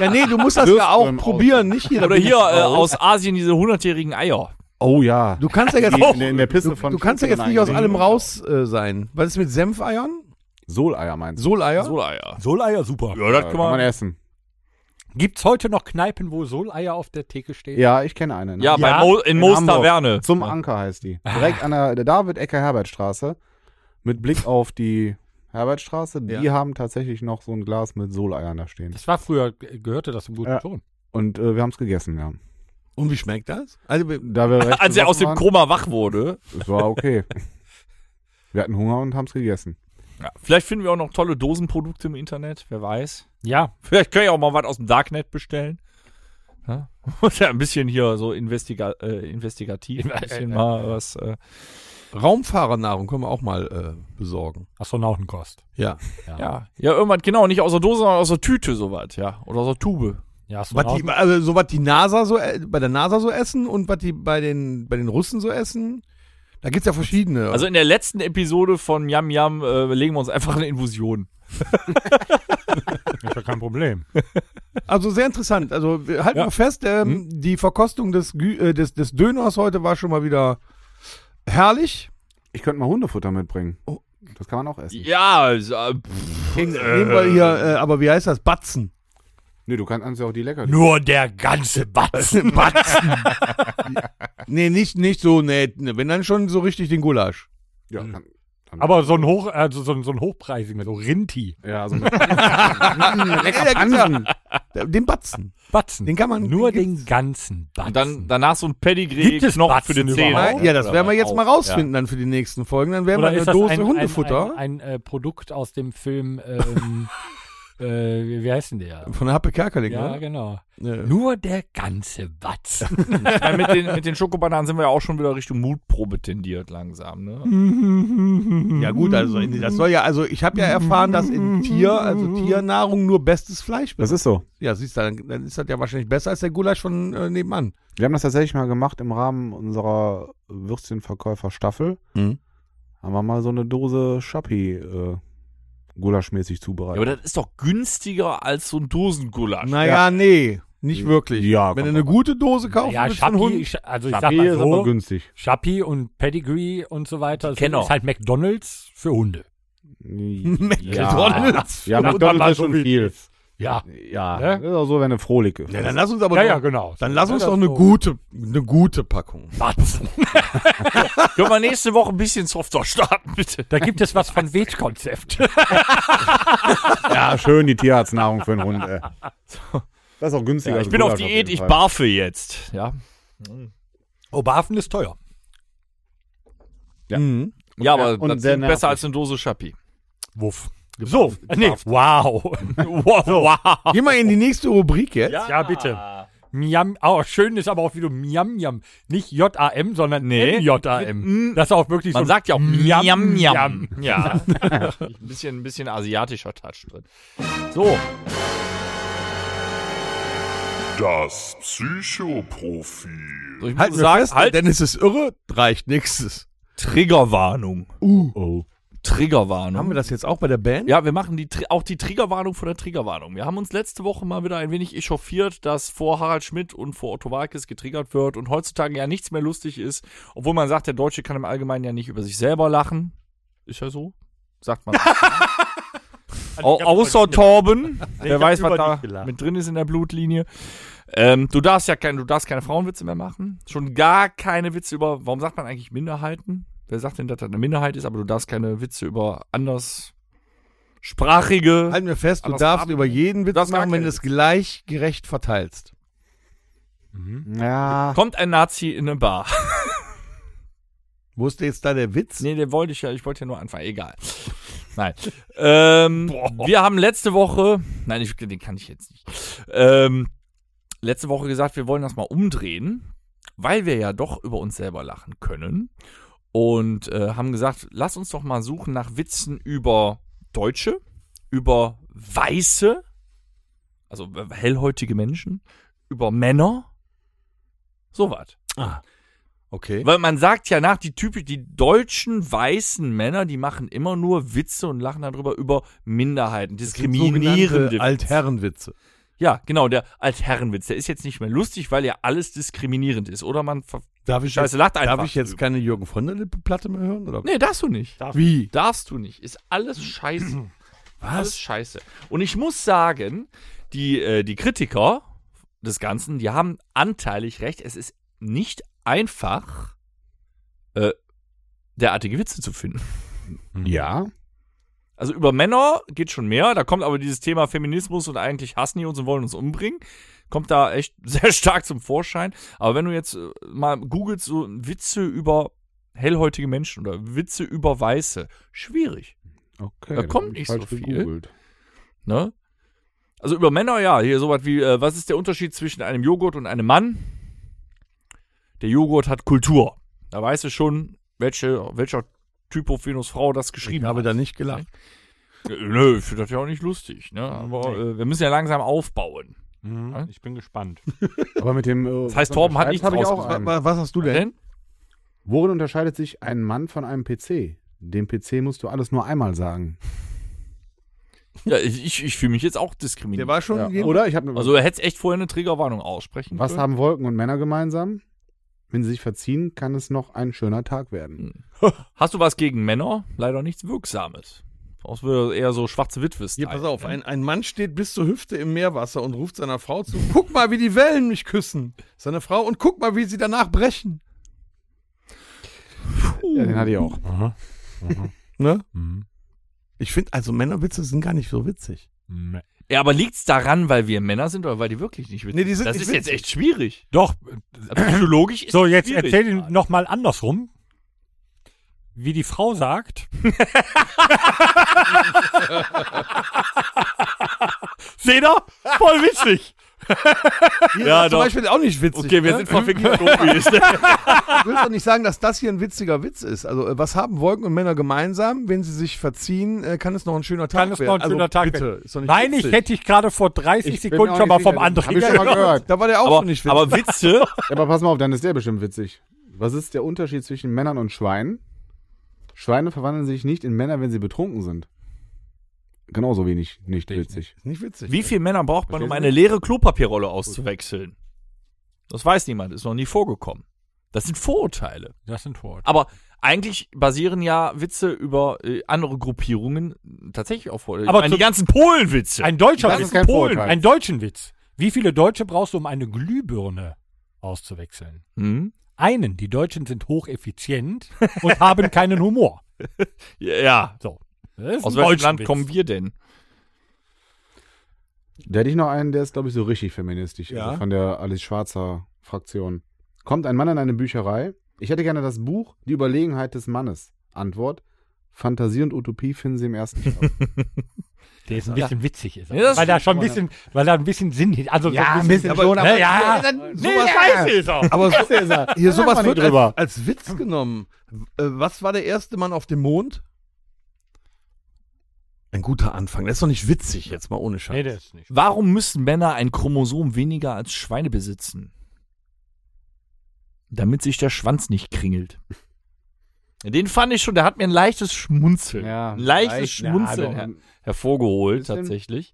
Ja, nee, du musst das
Würst
ja
du
auch
im
probieren, nicht jeder.
Oder
will
hier
das
äh,
raus.
aus Asien diese hundertjährigen Eier.
Oh ja.
Du kannst ja jetzt
Die
auch.
in der- in der Pisse
du,
von
du kannst ja jetzt
Schnitzel
nicht aus allem
reingehen.
raus äh, sein. Was ist mit Senfeiern?
Soleier meinst du?
Soleier?
Soleier.
Soleier, super.
Ja, das
kann man essen.
Gibt's heute noch Kneipen, wo Soleier auf der Theke stehen?
Ja, ich kenne eine. Ne?
Ja, bei
Ja,
Mo, in
in
Moos
Hamburg.
Taverne.
Zum Anker heißt die. Direkt an der, der David-Ecker-Herbertstraße. Mit Blick auf die Herbertstraße. Die
Ja.
haben tatsächlich noch so ein Glas mit Soleiern da stehen.
Das war früher, g- gehörte das im guten
Ja.
Ton.
Und äh, wir haben es gegessen, ja.
Und wie schmeckt das? Also, wir-
Da wir recht
Als er aus dem
besoffen
Koma wach wurde.
waren, Es war okay. wir hatten Hunger und haben es gegessen.
Ja. Vielleicht finden wir auch noch tolle Dosenprodukte im Internet, wer weiß.
Ja,
Vielleicht können ich auch mal was aus dem Darknet bestellen. Ja? Muss ja ein bisschen hier so investiga äh, investigativ ein bisschen mal was. Äh.
Raumfahrernahrung können wir auch mal äh, besorgen.
Astronautenkost.
Ja.
Ja, ja, irgendwas, genau, nicht aus der Dose, sondern aus der Tüte, sowas, ja. Oder aus der Tube.
Ja,
Was die,
Astronauten.
also, so was die NASA so äh, bei der NASA so essen und was die bei den, bei den Russen so essen. Da gibt's ja verschiedene.
Also in der letzten Episode von Yam Yam äh, legen wir uns einfach eine Infusion.
ist ja kein Problem.
Also sehr interessant. Also wir halten
Ja. Hm?
mal fest, ähm, die Verkostung des, Gü äh, des, des Döners heute war schon mal wieder herrlich.
Ich könnte mal Hundefutter mitbringen.
Oh.
Das kann man auch essen.
Ja,
also,
äh, pff,
Nehmen wir hier, äh, aber wie heißt das? Batzen.
Nee, du kannst ja auch die lecker.
Nur der ganze Batzen. Batzen.
Nee, nicht, nicht so nett. Ne, Wenn dann schon so richtig den Gulasch.
Ja, kann, kann
Aber so ein Hoch, also so ein, so ein Hochpreisiger, so Rinti.
Ja, so. Lecker Pansen.
Den Batzen.
Batzen.
Den kann man-
Nur
den
den ganzen Batzen.
Und dann danach so ein Pedigree
Gibt es
Knochen
Batzen
für den
überhaupt?
Zähne.
Ja, das werden wir jetzt
Auch,
mal rausfinden dann für die nächsten Folgen. Dann werden
Oder
wir eine
ist das
Dose
ein,
Hundefutter
Ein, ein, ein äh, Produkt aus dem Film, ähm, äh, wie wie heißt denn der?
von der Happe Kerkeling,
Ja,
ne?
genau.
Ja.
Nur der ganze Batzen.
Ja, mit, den, mit den Schokobananen sind wir ja auch schon wieder Richtung Mutprobe tendiert langsam.
Mhm.
Ne?
Ja gut, also in- das soll ja, also ich habe ja erfahren, dass in Tier, also Tiernahrung nur bestes Fleisch
Das ist so.
Ja, siehst du, dann, dann ist das ja wahrscheinlich besser als der Gulasch von äh, nebenan.
Wir haben das tatsächlich mal gemacht im Rahmen unserer Würstchenverkäufer-Staffel.
Mhm.
Haben wir mal so eine Dose Schappi äh, gulaschmäßig zubereitet.
Ja, aber das ist doch günstiger als so ein Dosengulasch.
Naja, nee, nicht wirklich.
Ja,
Wenn
komm
du eine
mal.
gute Dose kaufst,
ja,
willst du einen
Schappi,
Hund.
Sch- also ich sag
Schappi
mal
ist aber
so,
günstig.
Schappi und Pedigree und so weiter ist,
Kenner.
ist halt McDonalds für Hunde.
Ja, ja
Oder
McDonalds ist schon
Masovic.
viel.
Ja,
Ja,
Ne?
das ist auch so, wenn eine Frohlicke.
Ja, dann lass uns aber
ja,
doch,
ja, genau.
dann lass uns
Ja,
doch
das
eine
so.
gute, eine gute Packung.
Batzen.
Können wir nächste Woche ein bisschen softer starten, bitte?
Da gibt es was von Wetkonzept.
Ja, schön die Tierarztnahrung für einen Hund. Ey. Das ist auch günstiger.
ich
als
bin auf
Gulasch
Diät,
jeden
ich
Fall.
barfe jetzt. Ja,
Oh, Barfen ist teuer.
Ja.
Mhm.
ja aber
und
das
sehr
ist besser
nervig.
als eine Dose Schappi.
Wuff. So, nee, wow. wow. wow.
Geh mal in die nächste Rubrik jetzt.
Ja, bitte. Miam, oh, schön ist aber auch wieder Miam Miam. Nicht J-A-M, sondern
Nee.
M-J-A-M. Das ist auch wirklich
Man
so.
sagt ja auch
Miam,
Miam, Miam.
Miam.
Ja. ein, bisschen, ein bisschen asiatischer Touch drin. So,
Das Psychoprofil.
so ich
Halten
muss
wir
sagen,
fest,
halt
Dennis ist irre, reicht nächstes.
Triggerwarnung.
Oh.
Triggerwarnung.
Haben wir das jetzt auch bei der Band?
Ja, wir machen die, Tri- auch die Triggerwarnung vor der Triggerwarnung. Wir haben uns letzte Woche mal wieder ein wenig echauffiert, dass vor Harald Schmidt und vor Otto Walkes getriggert wird und heutzutage ja nichts mehr lustig ist, obwohl man sagt, der Deutsche kann im Allgemeinen ja nicht über sich selber lachen. Ist ja so? Sagt man. Au außer Torben, der
hab
weiß, was
über
da
dich gelacht.
mit drin ist in der Blutlinie. Ähm, du darfst ja kein, du darfst keine Frauenwitze mehr machen. Schon gar keine Witze über, warum sagt man eigentlich Minderheiten? Wer sagt denn, dass das eine Minderheit ist, aber du darfst keine Witze über anders sprachige.
Halten wir fest, du
Anders
darfst
ab-
über jeden Witz
darfst gar
machen, wenn
keinen
du es gleich gerecht verteilst.
Ja.
Kommt ein Nazi in eine Bar.
Wo ist jetzt da der Witz?
Nee, der wollte ich ja, ich wollte ja nur anfangen, egal. Nein. Ähm, wir haben letzte Woche, nein, ich, den kann ich jetzt nicht. Ähm, letzte Woche gesagt, wir wollen das mal umdrehen, weil wir ja doch über uns selber lachen können. Und äh, haben gesagt, lass uns doch mal suchen nach Witzen über Deutsche, über Weiße, also hellhäutige Menschen, über Männer. Sowas.
Okay.
Weil man sagt ja nach, die typisch, die deutschen weißen Männer, die machen immer nur Witze und lachen darüber über Minderheiten, diskriminierende Witze.
Altherrenwitze.
Ja, genau, der Altherrenwitz, der ist jetzt nicht mehr lustig, weil ja alles diskriminierend ist. Oder man ver
Darf ich
Scheiße,
jetzt,
lacht einfach.
darf ich jetzt keine Jürgen von der Lippe Platte mehr hören? Oder?
Nee, darfst du nicht.
Wie?
Darfst du nicht. Ist alles scheiße. Was? Alles scheiße. Und ich muss sagen, die, äh, die Kritiker des Ganzen, die haben anteilig recht. Es ist nicht einfach, äh, derartige Witze zu finden.
Ja.
Also über Männer geht schon mehr. Da kommt aber dieses Thema Feminismus und eigentlich hassen die uns und wollen uns umbringen. Kommt da echt sehr stark zum Vorschein. Aber wenn du jetzt äh, mal googelst, so Witze über hellhäutige Menschen oder Witze über Weiße, schwierig.
Okay.
Da
dann
kommt
hab ich
nicht so
falsch
viel.
gegoogelt.
Ne? Also über Männer, ja, hier sowas wie, äh, was ist der Unterschied zwischen einem Joghurt und einem Mann? Der Joghurt hat Kultur. Da weißt du schon, welche, welcher Typophenus Frau das
Ich
geschrieben
habe
hat.
da nicht gelacht.
Äh, Nö, ich finde das ja auch nicht lustig, ne?
Ah,
Aber äh, wir müssen ja langsam aufbauen.
Mhm, ich bin gespannt.
Aber mit dem. äh,
heißt,
was
Torben hat
unterscheidet,
nichts
hab ich auch
rausgesucht.
einen.
Wa- Was hast du denn?
Worin unterscheidet sich ein Mann von einem PC? Dem PC musst du alles nur einmal sagen.
Ja, ich, ich- ich fühle mich jetzt auch
Der
diskriminiert.
war schon.
Ja.
jeden-
Oder? Ich habe
also er hätte echt vorher eine Triggerwarnung aussprechen
Was
können.
haben Wolken und Männer gemeinsam? Wenn sie sich verziehen, kann es noch ein schöner Tag werden.
Hast du was gegen Männer? Leider nichts Wirksames. Aus würde eher so schwarze Witwe
Hier, pass auf, ein, ein Mann steht bis zur Hüfte im Meerwasser und ruft seiner Frau zu: Guck mal, wie die Wellen mich küssen. Seine Frau, und guck mal, wie sie danach brechen.
Ja, den hatte ich auch.
Aha.
Ne?
Mhm.
Ich finde, also Männerwitze sind gar nicht so witzig.
Nee.
Ja, aber liegt's daran, weil wir Männer sind oder weil die wirklich nicht witzig
Nee, die sind
Das
nicht Äh,
ist jetzt echt schwierig. Also,
Doch,
Psychologisch ist
so
das
jetzt
schwierig.
erzähl ihn nochmal andersrum. Wie die Frau sagt. Seht ihr? Voll witzig.
Ja,
zum
doch.
Beispiel auch nicht witzig.
Okay, wir
ne?
sind verfickte Profis.
Du willst doch nicht sagen, dass das hier ein witziger Witz ist. Also, äh, was haben Wolken und Männer gemeinsam? Wenn sie sich verziehen, äh, kann es noch ein schöner Tag
Kann es noch ein
werden. Also,
schöner Tag
bitte,
werden.
Ist doch nicht
Nein, ich
witzig.
hätte ich gerade vor 30
bin mir
Sekunden
auch
schon
nicht
mal vom
sicher. Den
anderen
Hab ich schon mal gehört.
Da war der auch
aber,
schon nicht witzig.
aber Witze,
Ja, aber pass mal auf, dann ist der bestimmt witzig. Was ist der Unterschied zwischen Männern und Schweinen? Schweine verwandeln sich nicht in Männer, wenn sie betrunken sind. Genauso wenig nicht witzig.
ist nicht witzig.
wie viele Männer braucht man, um
Verstehst
eine leere Klopapierrolle auszuwechseln? Das weiß niemand, ist noch nie vorgekommen. Das sind Vorurteile.
Das sind Worte.
Aber eigentlich basieren ja Witze über äh, andere Gruppierungen tatsächlich auf Vorurteile.
Aber
ich meine, die
zu-
ganzen Polenwitze.
Ein deutscher
Das
Witz.
ist kein
Polen.
Vorurteil.
Ein deutschen Witz. Wie viele Deutsche brauchst du, um eine Glühbirne auszuwechseln?
Hm?
Einen, die Deutschen sind hocheffizient und haben keinen Humor.
Ja.
So. Das ist
Aus
ein
welchem
deutscher
Land
Witz.
kommen wir denn?
Da hätte ich noch einen, der ist, glaube ich, so richtig feministisch.
Ja.
Also von der Alice Schwarzer Fraktion. Kommt ein Mann in eine Bücherei. Ich hätte gerne das Buch Die Überlegenheit des Mannes. Antwort. Fantasie und Utopie finden sie im ersten Stock.
Der ist ein bisschen witzig ist.
Ja, das
weil da
stimmt
schon ein bisschen, weil da ein bisschen Sinn hin. Also so ein bisschen,
schon,
ne, ja.
sowas,
ist auch.
aber so, hier sowas wird
drüber.
Als, als Witz genommen. Äh, was war der erste Mann auf dem Mond? Ein guter Anfang. Das ist doch nicht witzig, jetzt mal ohne Scheiß.
Nee, der ist nicht.
Warum müssen Männer ein Chromosom weniger als Schweine besitzen? Damit sich der Schwanz nicht kringelt. Den fand ich schon, der hat mir ein leichtes Schmunzeln.
Ja,
ein leichtes
leicht, ja,
Schmunzeln
aber-
her hervorgeholt,
Bisschen.
tatsächlich.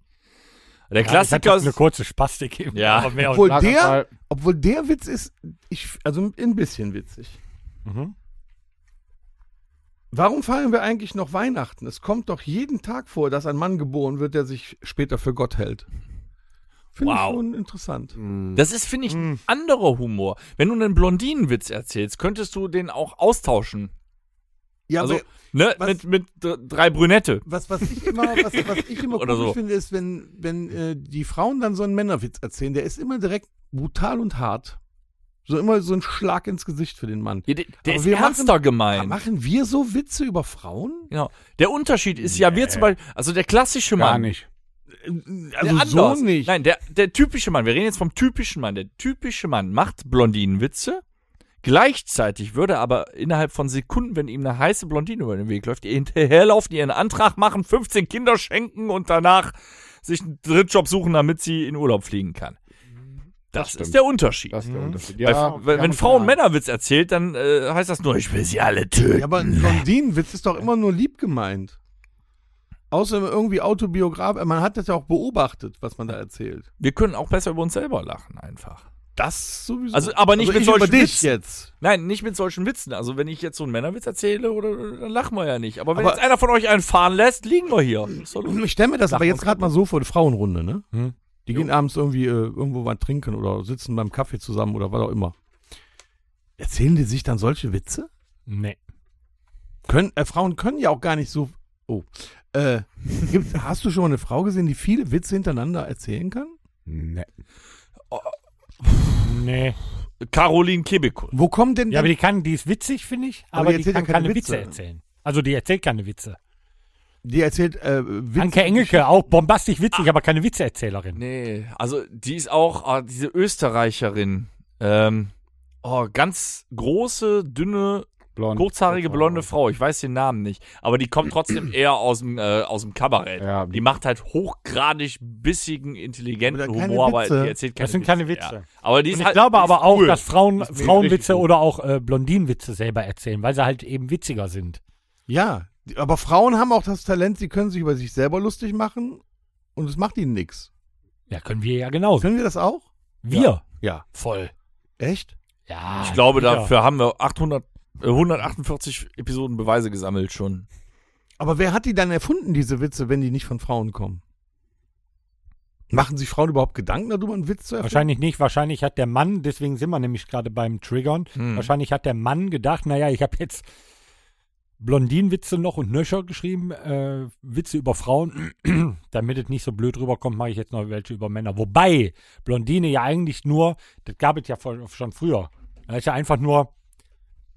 Der
Ich
Klassiker
hatte eine
ist.
kurze Spastik eben.
Ja.
Aber mehr
Obwohl
und
Sag
der,
mal-
obwohl der Witz ist, ich, also ein bisschen witzig.
mhm.
Warum feiern wir eigentlich noch Weihnachten? Es kommt doch jeden Tag vor, dass ein Mann geboren wird, der sich später für Gott hält. Finde
Wow.
ich schon interessant.
Hm,
Das ist, finde ich,
Hm.
ein anderer Humor. Wenn du einen Blondinenwitz erzählst, könntest du den auch austauschen.
Ja,
Also,
aber
ne,
was-
mit, mit d- drei Brünette.
was, was ich immer, was, was ich immer
Oder
komisch
so.
finde, ist, wenn, wenn äh, die Frauen dann so einen Männerwitz erzählen, der ist immer direkt brutal und hart. So immer so ein Schlag ins Gesicht für den Mann.
Ja, der der
Aber
ist
wir machen-
ernster gemeint.
Machen wir so Witze über Frauen?
Genau. Der Unterschied ist ja, wir zum Beispiel, also der klassische Mann.
Gar nicht.
Der
Also so
anders.
nicht.
Nein, der, der typische Mann, wir reden jetzt vom typischen Mann. Der typische Mann macht Blondinenwitze. Gleichzeitig würde aber innerhalb von Sekunden, wenn ihm eine heiße Blondine über den Weg läuft, ihr hinterherlaufen, ihr einen Antrag machen, 15 Kinder schenken und danach sich einen Drittjob suchen, damit sie in Urlaub fliegen kann. Das, ist der Unterschied.
Das ist der Unterschied.
Bei,
Ja,
wenn wenn Frauen Männerwitz erzählt, dann äh, heißt das nur, ich will sie alle töten.
Ja, aber ein Blondinenwitz ist doch immer nur lieb gemeint. Außer irgendwie autobiografisch. Man hat das ja auch beobachtet, was man da erzählt.
Wir können auch besser über uns selber lachen, einfach.
Das sowieso.
Also, aber nicht mit
ich über
solchen
dich
Witzen.
jetzt.
Nein, nicht mit solchen Witzen. Also wenn ich jetzt so einen Männerwitz erzähle, oder, dann lachen wir ja nicht. Aber wenn
Aber-
jetzt einer von euch einen fahren lässt, liegen wir hier. Ist doch lustig.
Ich stelle mir das aber jetzt gerade mal so vor, die Frauenrunde, ne?
Hm.
Die gehen abends irgendwie äh, irgendwo was trinken oder sitzen beim Kaffee zusammen oder was auch immer. Erzählen die sich dann solche Witze?
Nee.
Können, äh, Frauen können ja auch gar nicht so. Oh. Äh, gibt, hast du schon mal eine Frau gesehen, die viele Witze hintereinander erzählen kann?
Nee.
Nee.
Caroline Kebekus.
Wo kommen denn
Ja, aber die kann, die ist witzig, finde ich,
Aber
aber,
die
die,
erzählt ja
kann
keine
keine, Witze.
Witze.
erzählen. Also die erzählt keine Witze.
die erzählt äh, Witze?
Anke Engelke, auch bombastisch witzig, aber keine Witzeerzählerin.
Nee, also die ist auch ah, diese Österreicherin. Ähm, oh, ganz große, dünne,
Blond.
kurzhaarige, blonde Frau. Ich weiß den Namen nicht. Aber die kommt trotzdem eher aus dem, äh, aus dem Kabarett.
Ja.
die macht halt hochgradig bissigen, intelligenten
Aber keine
Humor, aber
Witze.
die erzählt keine
Das sind keine
Ja.
Witze.
Aber die ist
Und ich
halt,
glaube
die ist
aber auch,
cool.
dass Frauen
Ist
Frauenwitze
richtig cool.
oder auch äh, Blondinenwitze selber erzählen, weil sie halt eben witziger sind.
Ja, die- aber Frauen haben auch das Talent, sie können sich über sich selber lustig machen und es macht ihnen nichts.
Ja, können wir ja genauso.
Können wir das auch?
Wir.
Ja.
Voll.
Echt?
Ah, Ja.
Ich glaube,
sicher.
dafür haben wir 800, äh, 148 Episoden Beweise gesammelt schon.
Aber wer hat die dann erfunden, diese Witze, wenn die nicht von Frauen kommen? Machen sich Frauen überhaupt Gedanken darüber, einen Witz zu erfinden?
Wahrscheinlich nicht. Wahrscheinlich hat der
Mhm.
Hm. Mann, deswegen sind wir nämlich gerade beim Triggern, wahrscheinlich hat der Mann gedacht, naja, ich habe jetzt Blondinenwitze noch und nöcher geschrieben, äh, Witze über Frauen. Damit es nicht so blöd rüberkommt, mache ich jetzt noch welche über Männer. Wobei Blondine ja eigentlich nur, das gab es ja voll- schon früher. Das ist ja einfach nur,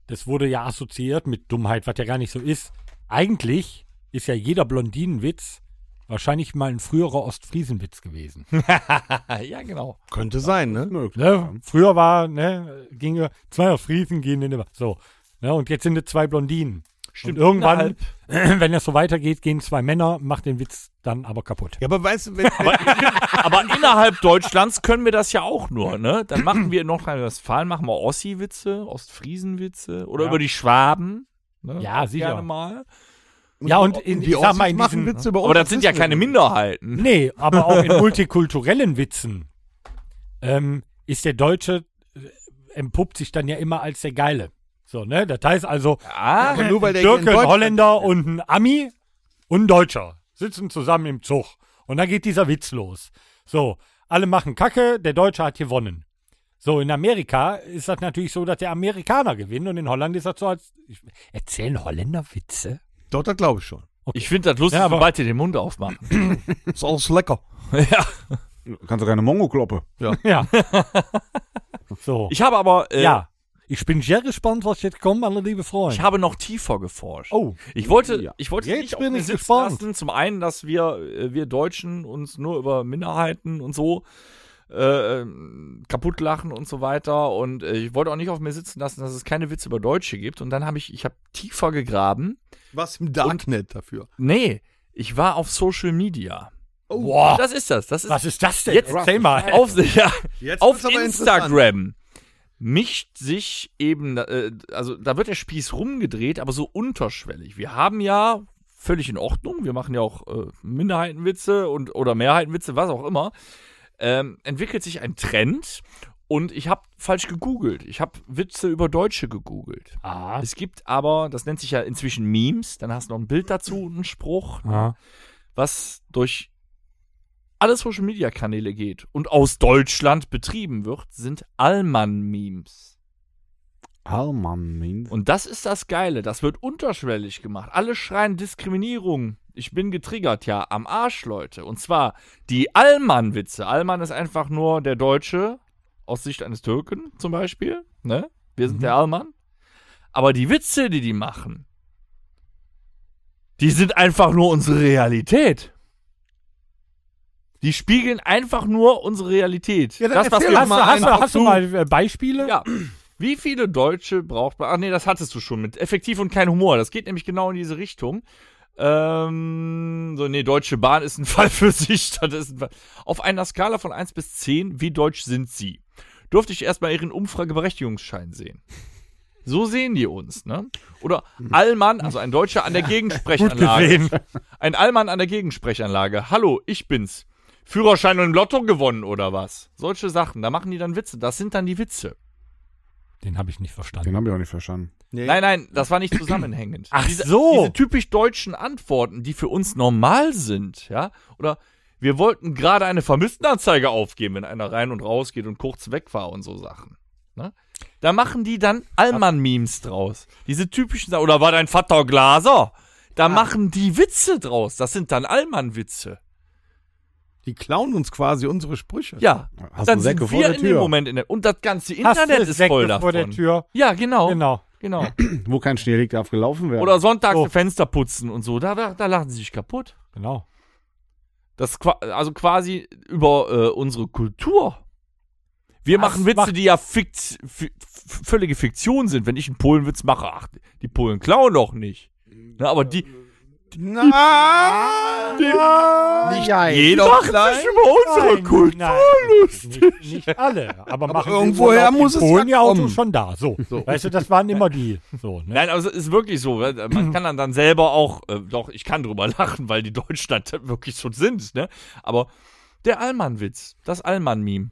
das wurde ja assoziiert mit Dummheit, was ja gar nicht so ist. Eigentlich ist ja jeder Blondinenwitz wahrscheinlich mal ein früherer Ostfriesenwitz gewesen.
ja, genau.
Könnte sein, ne?
Möglich.
Ne? Früher war, ne, ginge zwei Friesen gehen in die Wa- So. Ne? Und jetzt sind es zwei Blondinen.
Stimmt,
Und irgendwann,
innerhalb.
wenn das so weitergeht, gehen zwei Männer, macht den Witz dann aber kaputt.
Ja, aber weißt du, wenn,
Aber innerhalb Deutschlands können wir das ja auch nur, ne? Dann machen wir in Nordrhein-Westfalen, machen wir Ossi-Witze, Ostfriesen-Witze oder
Ja.
über die Schwaben. Ne?
Ja,
Auch
sicher.
Gerne mal.
ja, und in,
die
ich sag mal in
machen
diesen,
Witze über
Aber das sind ja keine
Minderheiten.
Minderheiten.
Nee, aber auch in multikulturellen Witzen ähm, ist der Deutsche, äh, empuppt sich dann ja immer als der Geile. So, ne? Das heißt also,
Ah,
Nur weil der hier in
Türke, ein
Deutschland-
Holländer und ein Ami und ein Deutscher sitzen zusammen im Zug. Und dann geht dieser Witz los. So, alle machen Kacke, der Deutsche hat gewonnen. So, in Amerika ist das natürlich so, dass der Amerikaner gewinnt und in Holland ist das so, als. Ich, erzählen Holländer Witze?
Doch, das glaube ich schon.
ich finde das lustig,
Ja, aber-
sobald ihr den Mund aufmacht.
Ist alles lecker.
ja.
Kannst du keine Mongo-Kloppe.
Ja. so.
Ich habe aber, äh,
ja. Ich bin sehr gespannt, was jetzt kommt, meine liebe Freunde.
ich habe noch tiefer geforscht.
oh,
Ich wollte,
Ja.
ich wollte
Jetzt
nicht auf
bin
mir
ich
sitzen
gespannt.
lassen. Zum einen, dass wir, äh, wir Deutschen uns nur über Minderheiten und so äh, ähm, kaputt lachen und so weiter. Und äh, ich wollte auch nicht auf mir sitzen lassen, dass es keine Witze über Deutsche gibt. Und dann habe ich, ich habe tiefer gegraben.
Was im Darknet dafür?
Nee, ich war auf Social Media.
Boah.
Das ist das. Das ist
Oh. was ist das denn?
Jetzt-
Erzähl mal.
auf, ja,
Jetzt
auf
wird's aber
Instagram mischt sich eben, äh, also da wird der Spieß rumgedreht, aber so unterschwellig. Wir haben ja völlig in Ordnung, wir machen ja auch äh, Minderheitenwitze und oder Mehrheitenwitze, was auch immer. Ähm, entwickelt sich ein Trend und ich habe falsch gegoogelt. Ich habe Witze über Deutsche gegoogelt.
Ah.
Es gibt aber, das nennt sich ja inzwischen Memes, dann hast du noch ein Bild dazu und einen Spruch ne?
Ah.
was durch alle Social Media Kanäle geht und aus Deutschland betrieben wird, sind Allmann-Memes.
Almamin.
Und das ist das Geile, das wird unterschwellig gemacht. Alle schreien Diskriminierung. Ich bin getriggert, ja, am Arsch, Leute. Und zwar die Allmann-Witze. Allmann ist einfach nur der Deutsche aus Sicht eines Türken zum Beispiel. Ne? Wir
Mhm.
sind der Allmann. Aber die Witze, die die machen, die sind einfach nur unsere Realität. Die spiegeln einfach nur unsere Realität.
Ja, dann
das, was
erzähl
wir
doch
Hast, du-
mal
hast, du-
einfach
hast du
zu.
mal äh, Beispiele?
ja. Wie viele Deutsche braucht man? Ach nee, das hattest du schon mit. Effektiv und kein Humor. Das geht nämlich genau in diese Richtung. Ähm, so, nee, Deutsche Bahn ist ein Fall für sich. Das ist ein Fall. Auf einer Skala von 1 bis 10, wie deutsch sind sie? Durfte ich erstmal ihren Umfrageberechtigungsschein sehen. So sehen die uns, ne? Oder Allmann, also ein Deutscher an der Gegensprechanlage.
gesehen.
Ein Allmann an der Gegensprechanlage. Hallo, ich bin's. Führerschein und im Lotto gewonnen oder was? Solche Sachen, da machen die dann Witze. Das sind dann die Witze.
Den habe ich nicht verstanden.
Den habe ich auch nicht verstanden.
Nein, nein, das war nicht zusammenhängend.
Ach
diese,
so.
Diese typisch deutschen Antworten, die für uns normal sind, ja? Oder wir wollten gerade eine Vermisstenanzeige aufgeben, wenn einer rein und raus geht und kurz weg war und so Sachen. Ne? Da machen die dann Allmann-Memes draus. Diese typischen Sachen. Oder war dein Vater Glaser? Da
Ah.
machen die Witze draus. Das sind dann Allmann-Witze.
Die klauen uns quasi unsere Sprüche.
Ja.
Hast
dann
du Säcke
sind
vor
wir
der
in dem
Tür,
Moment in der. Und das ganze
Hast
Internet
du
ist
Säcke
voll davon.
vor der Tür?
Ja, genau.
Genau.
Genau.
wo kein Schnee liegt, darf gelaufen werden.
Oder sonntags
Oh.
Fenster putzen und so. Da, da, da lachen sie sich kaputt.
Genau.
Das qua- also quasi über äh, unsere Kultur. Wir
Das
machen Witze,
macht-
die ja fikt, fi- f- völlige Fiktion sind. Wenn ich einen Polenwitz mache, ach, die Polen klauen doch nicht. Na, aber die,
Nein!
nicht ja,
die
Jeder
machen
klein.
sich über unsere Kultur.
nein, Nicht, nicht alle, aber, machen sie
irgendwoher
Urlaub in
muss es ja
Polen ja auch
kommen.
schon da. So. weißt du, das waren immer die. So, ne?
Nein, also es ist wirklich so. weil, äh, Man kann dann, dann selber auch, äh, doch, ich kann drüber lachen, weil die Deutschland wirklich so sind, ne? Aber der Allmann-Witz, das Allmann-Meme.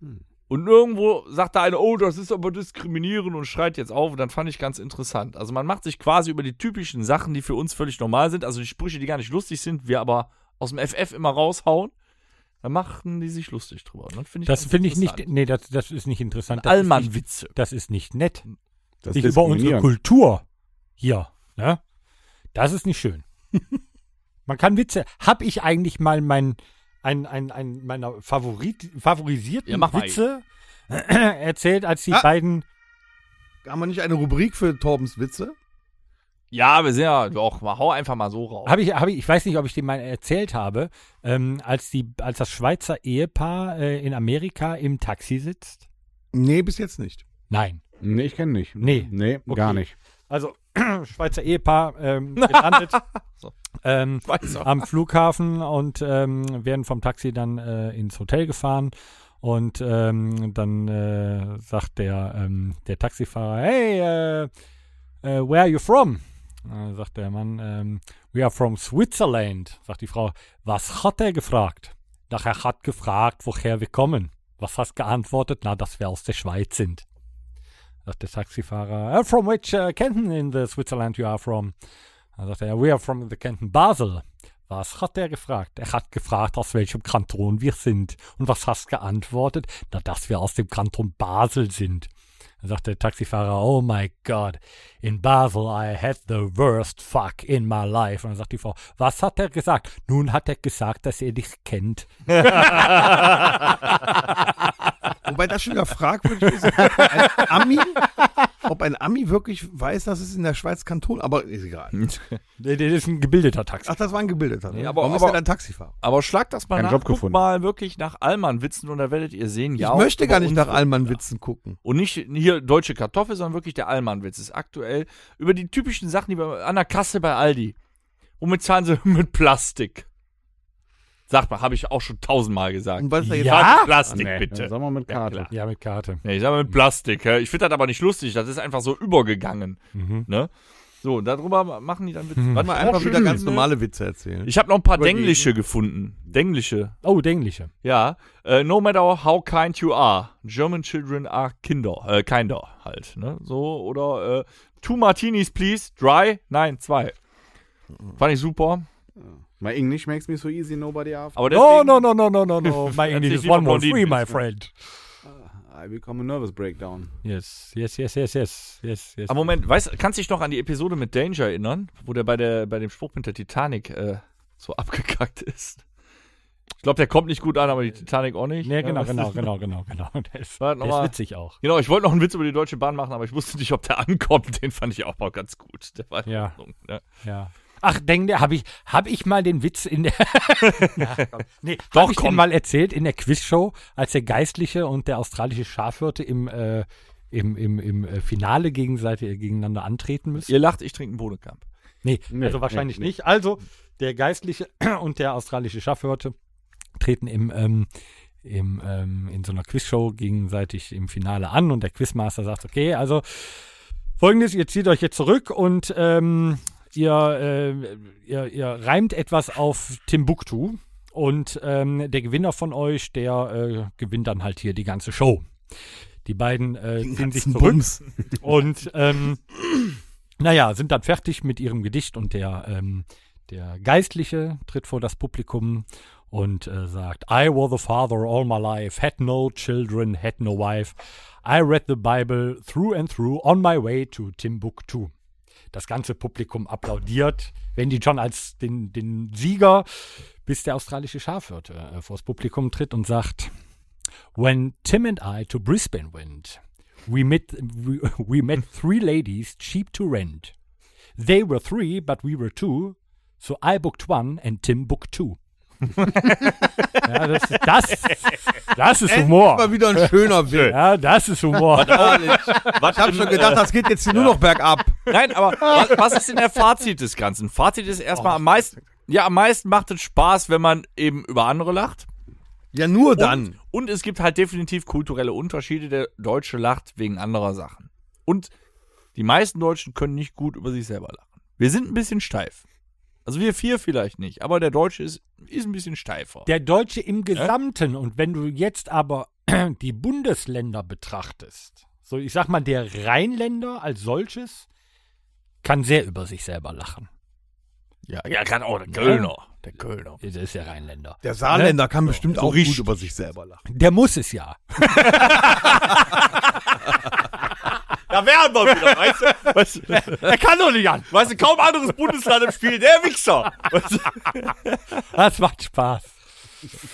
Hm.
Und irgendwo sagt da eine, oh, das ist aber diskriminieren und schreit jetzt auf. Und dann fand ich ganz interessant. Also man macht sich quasi über die typischen Sachen, die für uns völlig normal sind, also die Sprüche, die gar nicht lustig sind, wir aber aus dem FF immer raushauen, dann machen die sich lustig drüber. Und das finde ich,
Das
ganz
finde ich nicht.
interessant.
Nee, das, das ist nicht interessant. Das ist nicht,
Allmann-Witze.
das ist nicht nett.
das
Sich über unsere Kultur hier Ne? Das ist nicht schön. Man kann Witze. Hab ich eigentlich mal meinen ein, ein, ein meiner Favorit, favorisierten
Ja, mach mal.
Witze erzählt, als die
Ah.
beiden.
Haben wir nicht eine Rubrik für Torbens Witze?
Ja, wir sind ja doch, mal hau einfach mal so raus.
Hab ich, hab ich, ich weiß nicht, ob ich den mal erzählt habe, ähm, als, die, als das Schweizer Ehepaar äh, in Amerika im Taxi sitzt.
Nee, bis jetzt nicht.
Nein.
Nee, ich kenne nicht.
Nee.
Nee,
Okay.
gar nicht.
Also Schweizer Ehepaar ähm, gelandet
So.
ähm,
Weiß auch.
am Flughafen und ähm, werden vom Taxi dann äh, ins Hotel gefahren. Und ähm, dann äh, sagt der, ähm, der Taxifahrer, hey, äh, äh, where are you from? Äh, sagt der Mann, ähm, we are from Switzerland. Sagt die Frau, was hat er gefragt? Doch er hat gefragt, woher wir kommen. Was hast geantwortet? Na, dass wir aus der Schweiz sind. Sagt der Taxifahrer, "Uh, from which uh, canton in the Switzerland you are from? Dann sagt er, we are from the canton Basel. Was hat er gefragt? Er hat gefragt, aus welchem Kanton wir sind. Und was hast geantwortet? Na, dass wir aus dem Kanton Basel sind. Dann sagt der Taxifahrer, oh my God, in Basel I had the worst fuck in my life. Und dann sagt die Frau, was hat er gesagt? Nun hat er gesagt, dass er dich kennt.
Wobei das schon wieder fragwürdig ist. Ein Ami, ob ein Ami wirklich weiß, dass es in der Schweiz Kanton, aber ist egal.
Der der ist ein gebildeter Taxi.
Ach, das war ein gebildeter. Ne?
Ja, aber-
Warum ist
aber-
er dann Taxifahrer?
Aber schlag das mal
Keinen
nach.
Job
Guck
gefunden.
mal wirklich nach Allmann-Witzen und da werdet ihr sehen, ja.
ich möchte
auch über
gar nicht nach
unsere-
Allmann-Witzen gucken.
Und nicht hier deutsche Kartoffel, sondern wirklich der Allmann-Witz. Ist aktuell über die typischen Sachen, die wir an der Kasse bei Aldi. Womit zahlen sie mit Plastik? Sag mal, habe ich auch schon tausendmal gesagt.
Und was ist er jetzt?
Ja.
Mit Plastik,
Dann
also-
bitte.
sagen wir mit Karte.
Ja, mit Karte.
Ja, ich sag mal mit Plastik. hä? Ich finde das aber nicht lustig. Das ist einfach so übergegangen.
Mhm.
Ne? So, und darüber machen die dann Witze.
Mhm.
Was
Mal
ich auch
einfach
schön
wieder ganz
finde,
normale Witze erzählen.
Ich habe noch ein paar
Über die-
Denglische gefunden. Denglische.
Oh, Denglische.
Ja, äh, no matter how kind you are, German children are Kinder, äh, kinder halt, ne? So, oder äh, two martinis please, dry, nein, zwei. Fand ich super.
My English makes me so easy, nobody after.
Aber
No,
deswegen,
no, no, no, no, no, no. My English is
lieber
one more
Blondinen
free, my
ist, ne?
friend.
I become a nervous breakdown.
Yes, yes, yes, yes, yes, yes, yes.
Aber Ah, Moment, weißt, kannst dich noch an die Episode mit Danger erinnern, wo der bei, der, bei dem Spruch mit der Titanic äh, so abgekackt ist? Ich glaube, der kommt nicht gut an, aber die Titanic auch nicht.
Nee, genau,
Ja, was
genau,
ist-
genau, genau, genau. Der ist,
Warte
der
noch
ist
mal.
witzig auch.
Genau, ich wollte noch einen Witz über die Deutsche Bahn machen, aber ich wusste nicht, ob der ankommt. Den fand ich auch mal ganz gut. Der war in
Ja.
Ordnung, ne?
Ja. Ach, denk, habe ich, hab ich mal den Witz in der. nee,
Doch,
hab ich
komm.
den mal erzählt in der Quizshow, als der Geistliche und der australische Schafhirte im, äh, im, im, im äh, Finale gegenseitig äh, gegeneinander antreten müssen?
Ihr lacht, ich trinke einen Bodekamp.
Nee,
Nee,
also wahrscheinlich
nee, nee.
nicht. Also, der Geistliche und der australische Schafhirte treten im, ähm, im, ähm, in so einer Quizshow gegenseitig im Finale an und der Quizmaster sagt, okay, also folgendes, ihr zieht euch jetzt zurück und ähm, ihr, äh, ihr, ihr reimt etwas auf Timbuktu und ähm, der Gewinner von euch, der äh, gewinnt dann halt hier die ganze Show. Die beiden äh, ziehen sich zurück.
Bums.
Und ähm, naja, sind dann fertig mit ihrem Gedicht und der, ähm, der Geistliche tritt vor das Publikum und äh, sagt, I was the father all my life, had no children, had no wife. I read the Bible through and through on my way to Timbuktu. Das ganze Publikum applaudiert, wenn die John als den, den Sieger, bis der australische Schafhirte äh, vors Publikum tritt und sagt, When Tim and I to Brisbane went, we met we, we met three ladies cheap to rent. They were three, but we were two, so I booked one and Tim booked two. ja, das, das, das ist
Mal
Humor.
wieder ein schöner Witz.
Ja, das ist Humor.
Was
Ich habe schon gedacht, das geht jetzt hier nur noch bergab.
Nein, aber was, was ist denn der Fazit des Ganzen? Fazit ist erstmal am meisten, ja, am meisten macht es Spaß, wenn man eben über andere lacht.
Ja, nur
Und-
dann.
Und es gibt halt definitiv kulturelle Unterschiede. Der Deutsche lacht wegen anderer Sachen. Und die meisten Deutschen können nicht gut über sich selber lachen. Wir sind ein bisschen steif. Also wir vier vielleicht nicht, aber der Deutsche ist, ist ein bisschen steifer.
Der Deutsche im Gesamten. Und wenn du jetzt aber die Bundesländer betrachtest, so ich sag mal, der Rheinländer als solches kann sehr über sich selber lachen.
ja, ja gerade auch Oh, der Kölner. Der Kölner.
Das ist der Rheinländer.
Der Saarländer kann bestimmt auch gut
richtig.
über sich selber lachen.
Der muss es ja.
Da wären immer wieder, weißt du? Weißt du?
Er kann doch nicht an.
Weißt du, kaum anderes Bundesland im Spiel, der Wichser. Weißt du?
Das macht Spaß.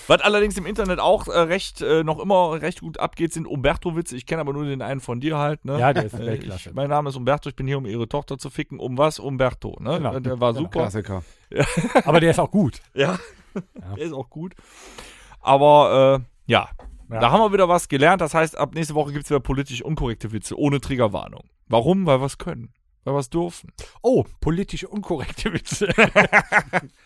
Was allerdings im Internet auch äh, recht, äh, noch immer recht gut abgeht, sind Umberto-Witze. Ich kenne aber nur den einen von dir halt. Ne?
Ja, der ist
Äh, ich,
Weltklasse.
mein Name ist Umberto, ich bin hier, um ihre Tochter zu ficken. Um was? Umberto, ne?
Genau.
Der war super.
Klassiker.
Aber der ist auch gut.
Ja. Der ist auch gut. Aber äh, ja.
Ja.
da haben wir wieder was gelernt. Das heißt, ab nächste Woche gibt es wieder politisch unkorrekte Witze ohne Triggerwarnung. Warum? Weil wir es können. Weil wir es dürfen.
Oh, politisch unkorrekte Witze.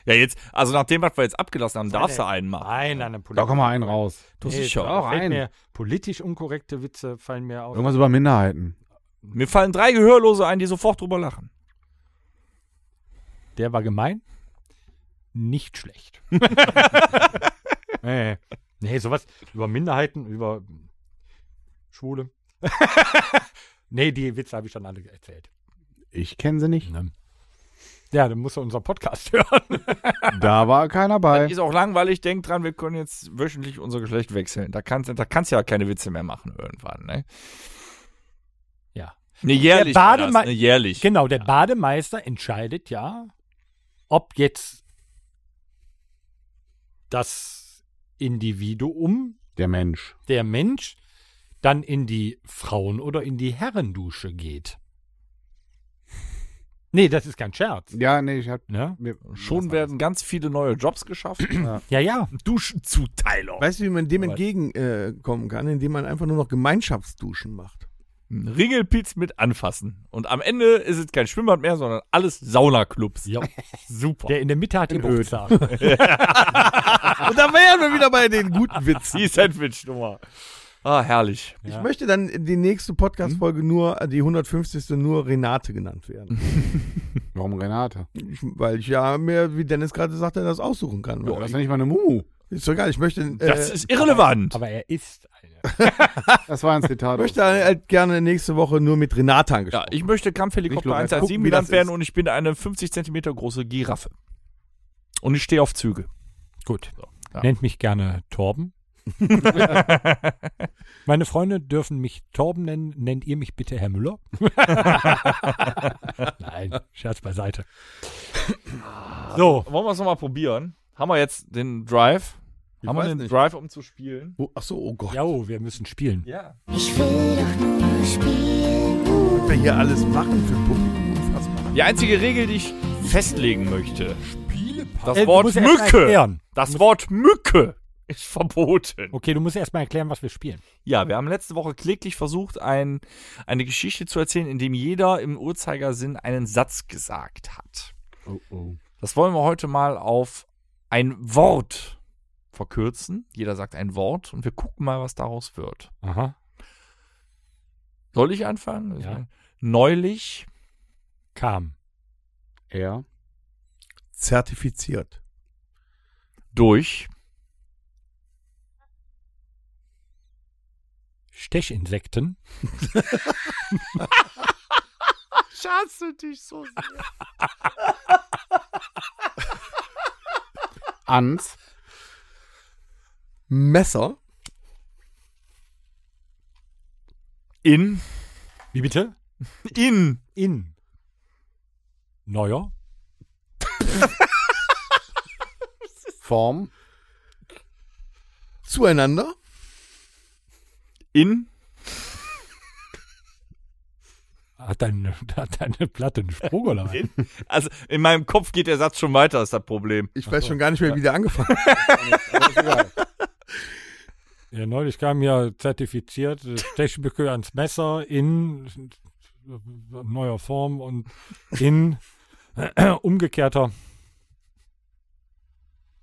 Ja, jetzt, also nach dem, was wir jetzt abgelassen haben, darfst du einen machen.
Nein, nein, nein.
Da komm mal einen raus.
Du
Ah, Nee,
sicher.
da fällt
rein.
Mir, politisch unkorrekte Witze fallen mir auf.
Irgendwas über Minderheiten.
Mir fallen drei Gehörlose ein, die sofort drüber lachen.
Der war gemein. Nicht schlecht. nee. nee, sowas über Minderheiten, über Schwule. nee, die Witze habe ich schon alle erzählt.
Ich kenne sie nicht.
Ne? Ja, dann musst du unseren Podcast hören.
Da war keiner bei.
Ist auch langweilig, denk dran, wir können jetzt wöchentlich unser Geschlecht wechseln. Da kannst du da kannst du ja keine Witze mehr machen irgendwann, ne?
Ja.
Ne, jährlich.
Der
war
Bademe-
das, ne, jährlich.
Genau, der Bademeister entscheidet ja, ob jetzt das Individuum
Der Mensch.
der Mensch dann in die Frauen- oder in die Herrendusche geht. Nee, das ist kein Scherz.
Ja, nee, ich hab.
Ne?
Mir,
Schon werden ganz viele neue Jobs geschaffen.
Ja, ja.
Duschenzuteilung.
Weißt du, wie man dem entgegenkommen kann, indem man einfach nur noch Gemeinschaftsduschen macht?
Ringelpiz mit anfassen. Und am Ende ist es kein Schwimmbad mehr, sondern alles Saunaclubs.
Ja.
Super.
Der in der Mitte hat Geburtstag.
Und da wären wir wieder bei den guten Witzen.
Die Sandwich-Nummer. Ah, herrlich.
Ich möchte dann die nächste Podcast-Folge nur, äh, die 150. nur Renate genannt werden.
warum Renate?
Ich, weil ich ja mir, wie Dennis gerade sagte, das aussuchen kann.
Du hast ja nicht mal eine Mumu.
Ist doch egal, ich möchte,
Das
äh,
ist irrelevant.
Aber er ist eine.
Das war ein Zitat.
möchte halt gerne nächste Woche nur mit Renate
Ja,
angesprochen.
ich möchte Kampfhelikopter
Richtung, erst
117
gucken, wie das
benannt werden
ist.
und ich bin eine 50 Zentimeter große Giraffe. Und ich stehe auf Züge.
Gut.
Ja.
Nennt mich gerne Torben. Meine Freunde dürfen mich Torben nennen. Nennt ihr mich bitte Herr Müller? Nein, Scherz beiseite. So,
Wollen wir es nochmal probieren? Haben wir jetzt den Drive? haben wir
weiß
den
nicht.
Drive, um zu spielen?
oh, ach so, oh Gott.
ja, oh, wir müssen spielen.
Ja.
Ich will doch nur spielen.
Was wir hier alles machen für Publikum, unfassbar.
Die einzige Regel, die ich festlegen möchte. Das
Äh, du
Wort
musst erst mal
Mücke.
erklären.
Das Wort Mücke ist verboten.
Okay, du musst erst mal erklären, was wir spielen.
Ja, wir haben letzte Woche kläglich versucht, ein, eine Geschichte zu erzählen, in dem jeder im Uhrzeigersinn einen Satz gesagt hat.
Oh, oh.
Das wollen wir heute mal auf ein Wort verkürzen. Jeder sagt ein Wort und wir gucken mal, was daraus wird.
Aha.
Soll ich anfangen? Also,
Ja.
Neulich
Kam.
Er.
Zertifiziert.
durch
Stechinsekten.
Ans.
Messer.
in
Wie bitte?
in
In. Neuer.
Form.
Zueinander.
in
Hat deine, hat deine Platte einen Sprung oder was?
also in meinem Kopf geht der Satz schon weiter, ist das Problem.
Ich weiß schon gar nicht mehr, wie der angefangen hat.
Ja, neulich kam ja zertifiziert äh, Stechmücke ans Messer in äh, neuer Form und in umgekehrter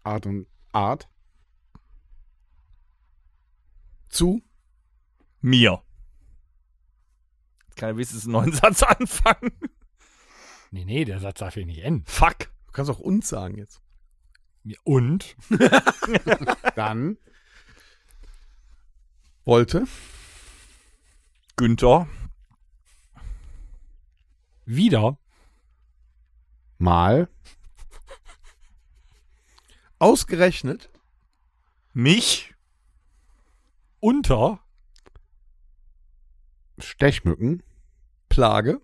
Art und Art.
Zu.
Mir. Jetzt kann ich wenigstens einen neuen Satz anfangen.
Nee, nee, der Satz darf hier nicht enden.
Fuck.
Du kannst auch uns sagen jetzt.
Und
Dann.
Wollte.
Günther
wieder
Mal.
Ausgerechnet.
mich
unter
Stechmücken.
Plage?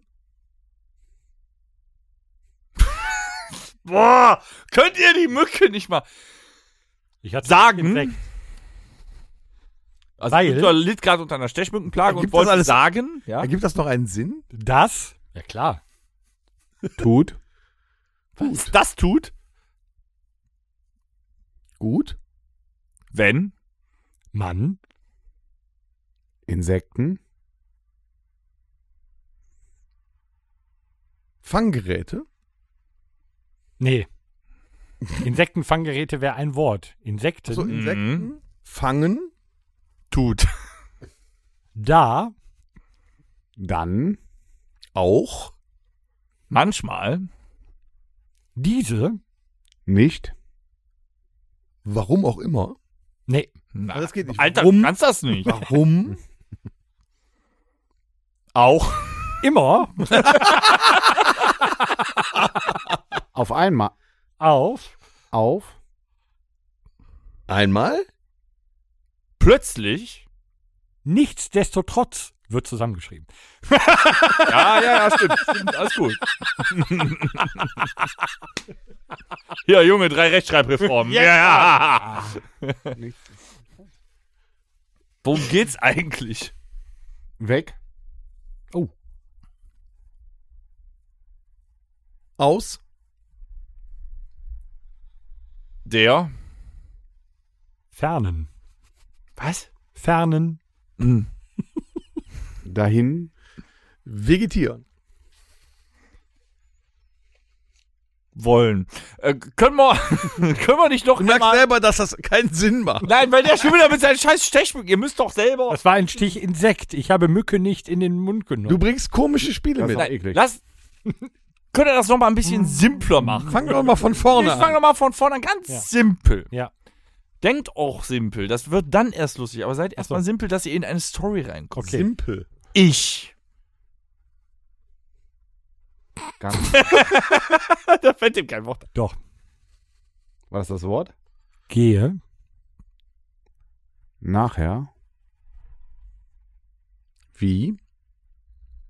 Boah, könnt ihr die Mücke nicht mal.
Ich hatte
Sagen?
Insekt.
Also
Weil-
Viktor litt gerade unter einer Stechmückenplage und
Ergibt
wollte
das alles-
sagen, ja,
Ergibt das noch einen Sinn?
Das? Ja, klar.
Tut.
was das tut,
Gut.
wenn
Mann.
Insekten.
Fanggeräte?
Nee. Insektenfanggeräte wäre ein Wort. Insekten.
So Insekten? Fangen?
tut.
Da.
Dann.
Auch?
Manchmal
Diese.
Nicht.
Warum auch immer?
Nee.
Na,
Aber das geht nicht.
Alter,
Warum?
du kannst das nicht.
Warum?
Auch
Immer
Auf einmal.
auf.
Auf.
Einmal?
plötzlich.
Nichtsdestotrotz wird zusammengeschrieben.
Ja, ja, ja, stimmt. stimmt alles gut. ja, Junge, drei Rechtschreibreformen. Ja, ja. Worum geht's eigentlich?
Weg.
Oh. Aus?
Der.
Fernen.
Was?
Fernen.
Dahin.
Vegetieren?
Wollen. Äh, können wir, können wir nicht noch
Du merkst
einmal-
selber, dass das keinen Sinn macht.
Nein, weil der schon wieder mit seinen scheiß Stechmücken. Ihr müsst doch selber.
Das war ein Stich Insekt. Ich habe Mücke nicht in den Mund
Du
genommen.
bringst komische Spiele
Das
mit.
ist auch eklig.
Lass. Könnt ihr das nochmal ein bisschen simpler machen?
Hm. Fang doch mal von
Ich
vorne
fange
an.
nochmal von vorne an. Ganz
Ja.
simpel.
ja.
Denkt auch simpel. Das wird dann erst lustig. Aber seid erstmal simpel, dass ihr in eine Story reinkommt.
Okay.
Simpel.
Ich.
Ganz.
da fällt ihm kein Wort. ein.
Doch.
War das das Wort?
Gehe.
Nachher.
Wie?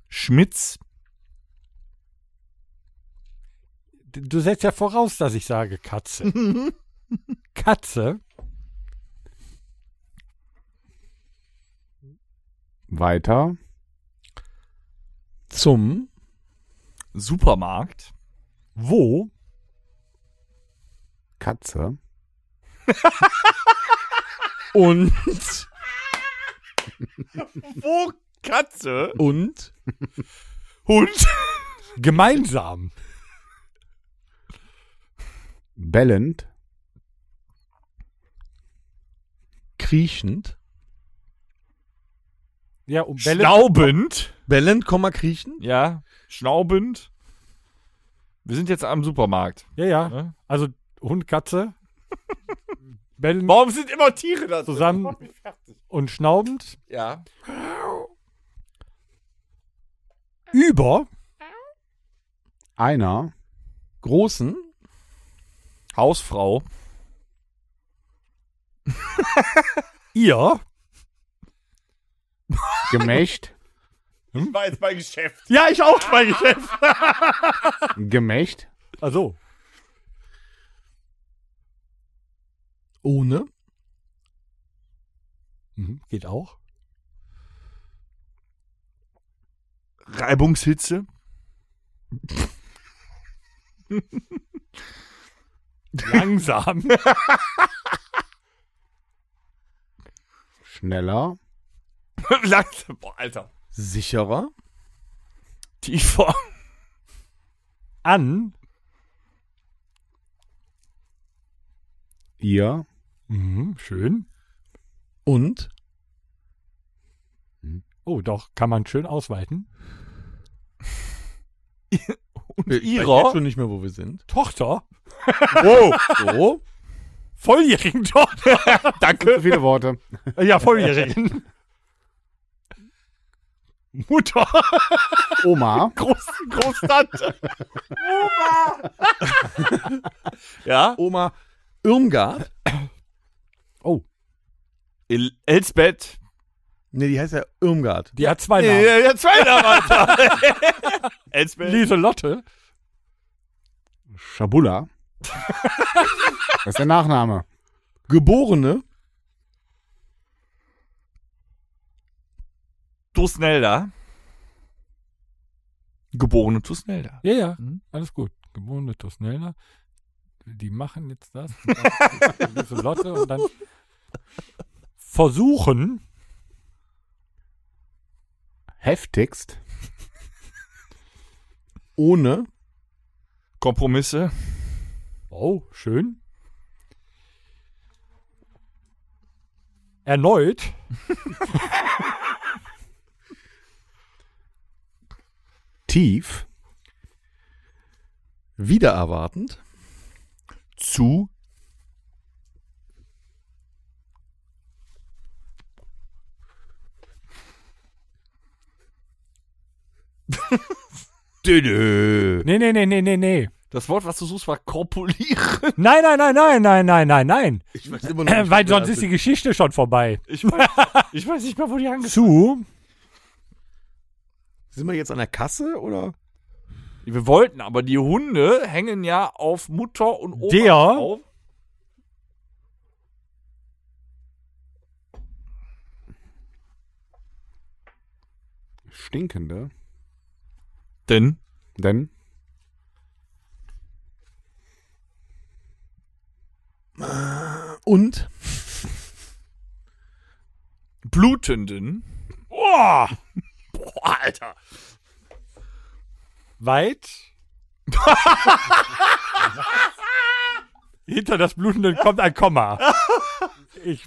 Schmitz.
D- Du setzt ja voraus, dass ich sage Katze. Katze.
Weiter.
Zum
Supermarkt.
Wo?
Katze.
und
Wo? Katze.
und
Hund.
Gemeinsam.
Bellend.
kriechend.
Ja, um Bälle.
Schnaubend.
Bellend, Komma, kriechend.
Ja. Schnaubend. Wir sind jetzt am Supermarkt.
Ja, ja.
Ne?
Also Hund, Katze. Bellen
Warum sind immer Tiere da drin?
zusammen und schnaubend.
Ja.
Über.
Einer.
Großen.
Hausfrau.
Ihr.
Gemächt.
Ich war jetzt bei Geschäft.
Ja, ich auch, mein Geschäft.
Gemächt.
Also,
Ohne.
mhm, geht auch.
Reibungshitze.
Langsam.
Schneller.
Langsam. Boah, Alter.
Sicherer.
Tiefer.
An.
Ihr.
Mhm, schön.
Und
Oh, doch, kann man schön ausweiten.
Und
Ich weiß
ihrer.
jetzt schon nicht mehr, wo wir sind.
Tochter.
Wow.
So.
Volljährigen Tochter.
Zu
Danke.
viele Worte.
Ja, Volljährigen. Mutter.
Oma.
Groß, Großtante. Oma. ja.
Oma Irmgard.
El Elsbeth.
Nee, die heißt ja Irmgard.
Die hat zwei
Ja,
Namen.
ja, ja, zwei Namen. Elsbeth.
Lieselotte.
Schabula. das ist der Nachname.
Geborene.
Tusnelda. Geborene Tusnelda.
Ja, ja,
Mhm.
alles gut. Geborene Tusnelda. Die machen jetzt das. Lieselotte und dann versuchen,
Heftigst.
Ohne.
Kompromisse.
Oh, schön. Erneut.
Tief.
Wieder erwartend.
Zu. Dö.
Nee, nee, nee, nee, nee, nee.
Das Wort, was du suchst, war korpulieren.
Nein, nein, nein, nein, nein, nein, nein, nein.
Ich weiß immer
Äh, weil sonst ist die Geschichte schon vorbei.
Ich weiß, ich weiß nicht mehr, wo die angefangen
Zu.
Sind wir jetzt an der Kasse oder?
Wir wollten, aber die Hunde hängen ja auf Mutter und Oma
Der-
auf.
Stinkende.
Denn
Denn
Und?
blutenden.
Oh,
Boah, Alter.
weit. Hinter das Blutende kommt ein Komma. Ich, ich,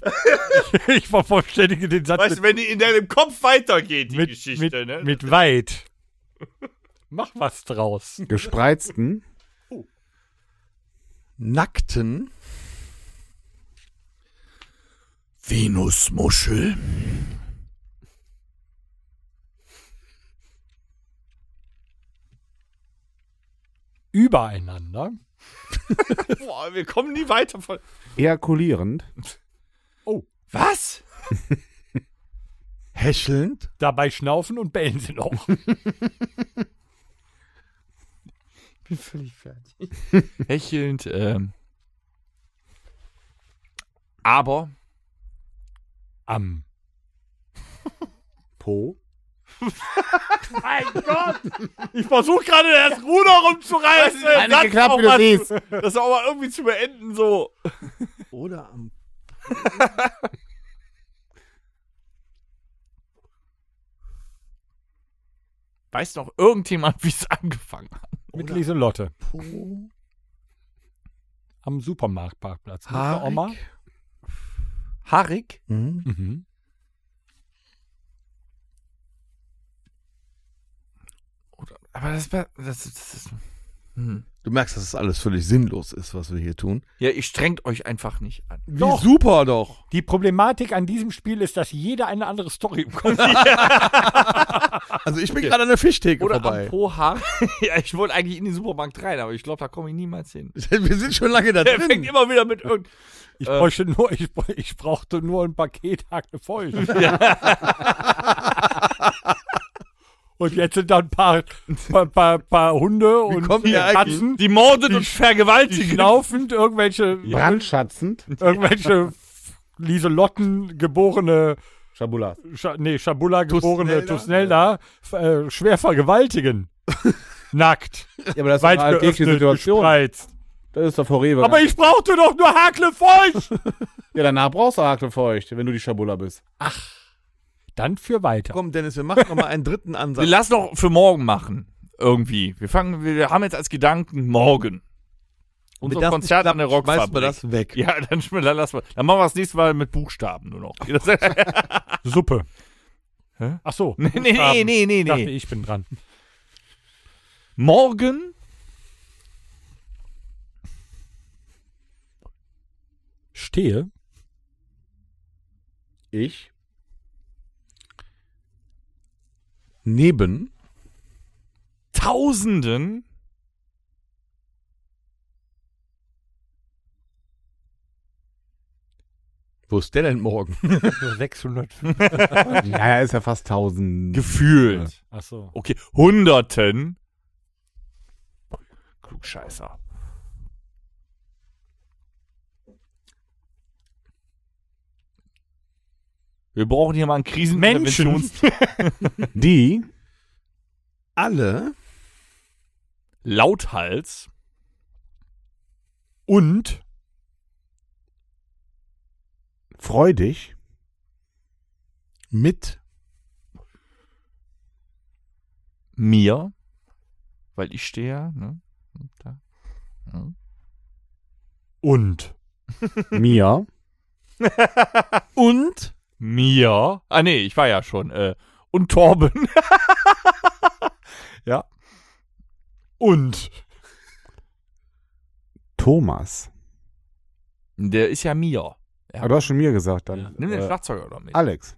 ich vervollständige den Satz
Weißt du, wenn die in deinem Kopf weitergeht, die
mit,
Geschichte,
mit,
ne?
mit weit. Mach was draus.
gespreizten.
Nackten.
Venusmuschel.
Übereinander.
Boah, wir kommen nie weiter von.
Ejakulierend.
Was?
Häschelnd.
Dabei schnaufen und bellen sie noch.
bin völlig fertig.
Hechelnd, ähm. Aber
Am.
Po.
Mein Gott! Ich versuche gerade das Ruder rumzureißen.
Eine
Satz
geklappt,
auch
wie du
mal-
siehst.
das auch mal irgendwie zu beenden, so.
Oder am.
Weiß noch irgendjemand, wie es angefangen hat?
Mit Lieselotte
Po.
am Supermarktparkplatz. Mit der
Haarig.
Oma.
Harik?
Mhm.
Mhm.
Oder, aber das, war- das, das ist. Hm.
Du merkst, dass es das alles völlig sinnlos ist, was wir hier tun.
Ja, ihr strengt euch einfach nicht an.
Wie
Doch.
super doch.
Die Problematik an diesem Spiel ist, dass jeder eine andere Story im Kopf hat.
Also ich bin gerade an der Fischtheke
Oder am
vorbei.
Pohar. ja, ich wollte eigentlich in den Supermarkt rein, aber ich glaube, da komme ich niemals hin.
Wir sind schon lange da
Der fängt
drin.
immer wieder mit irgend.
Ich,
Äh.
bräuchte nur, ich, br- ich brauchte nur ein Paket Hackne voll. Und jetzt sind da ein paar, paar, paar, paar Hunde und
kommen wir eigentlich-
Katzen,
Die morden und
die
vergewaltigen.
schnaufend irgendwelche
Brandschatzend.
irgendwelche Lieselotten geborene,
Schabulas.
Scha nee, Schabula geborene Tusnelda
Tusnelda?
äh, schwer vergewaltigen. Nackt.
Ja, aber das ist
Weit
eine alltägliche
geöffnet,
Situation.
gespreizt.
Das ist doch Forever.
Aber ich brauchte doch nur Hakle feucht.
ja, danach brauchst du Hakelfeucht, wenn du die Schabula bist.
Dann für weiter.
Komm, Dennis, wir machen nochmal einen dritten
Wir
Ansatz.
lassen doch für morgen machen. Irgendwie. Wir fangen, wir haben jetzt als Gedanken morgen. Unser
Wenn das
Konzert
nicht
an der
klappt,
Rockfabrik.
Schmeißen wir das weg.
Ja, dann, schme- dann lassen wir. Dann machen wir das nächste Mal mit Buchstaben nur noch.
Suppe.
Hä?
Ach so.
nee, nee,
Buchstaben.
nee, nee,
Dachte,
nee.
ich bin dran.
Morgen.
Stehe
Ich?
Neben.
Tausenden.
Wo Wo ist der denn morgen?
600.
Naja, ist ja fast 1000.
Gefühlt.
Ach so.
Okay, Hunderten. Klugscheißer. Wir brauchen hier mal einen Kriseninterventions...
Die
Alle
Lauthals. Und
freudig
mit
mir, weil ich stehe ja, ne? Da. Ja.
Und.
mir
und
Mir. Ah, nee, ich war ja schon. Äh, und Torben. ja. Und.
Thomas.
Der ist ja mir. Ja.
Aber du hast schon mir gesagt dann.
Nimm den
Äh,
Schlagzeuger doch mit.
Alex.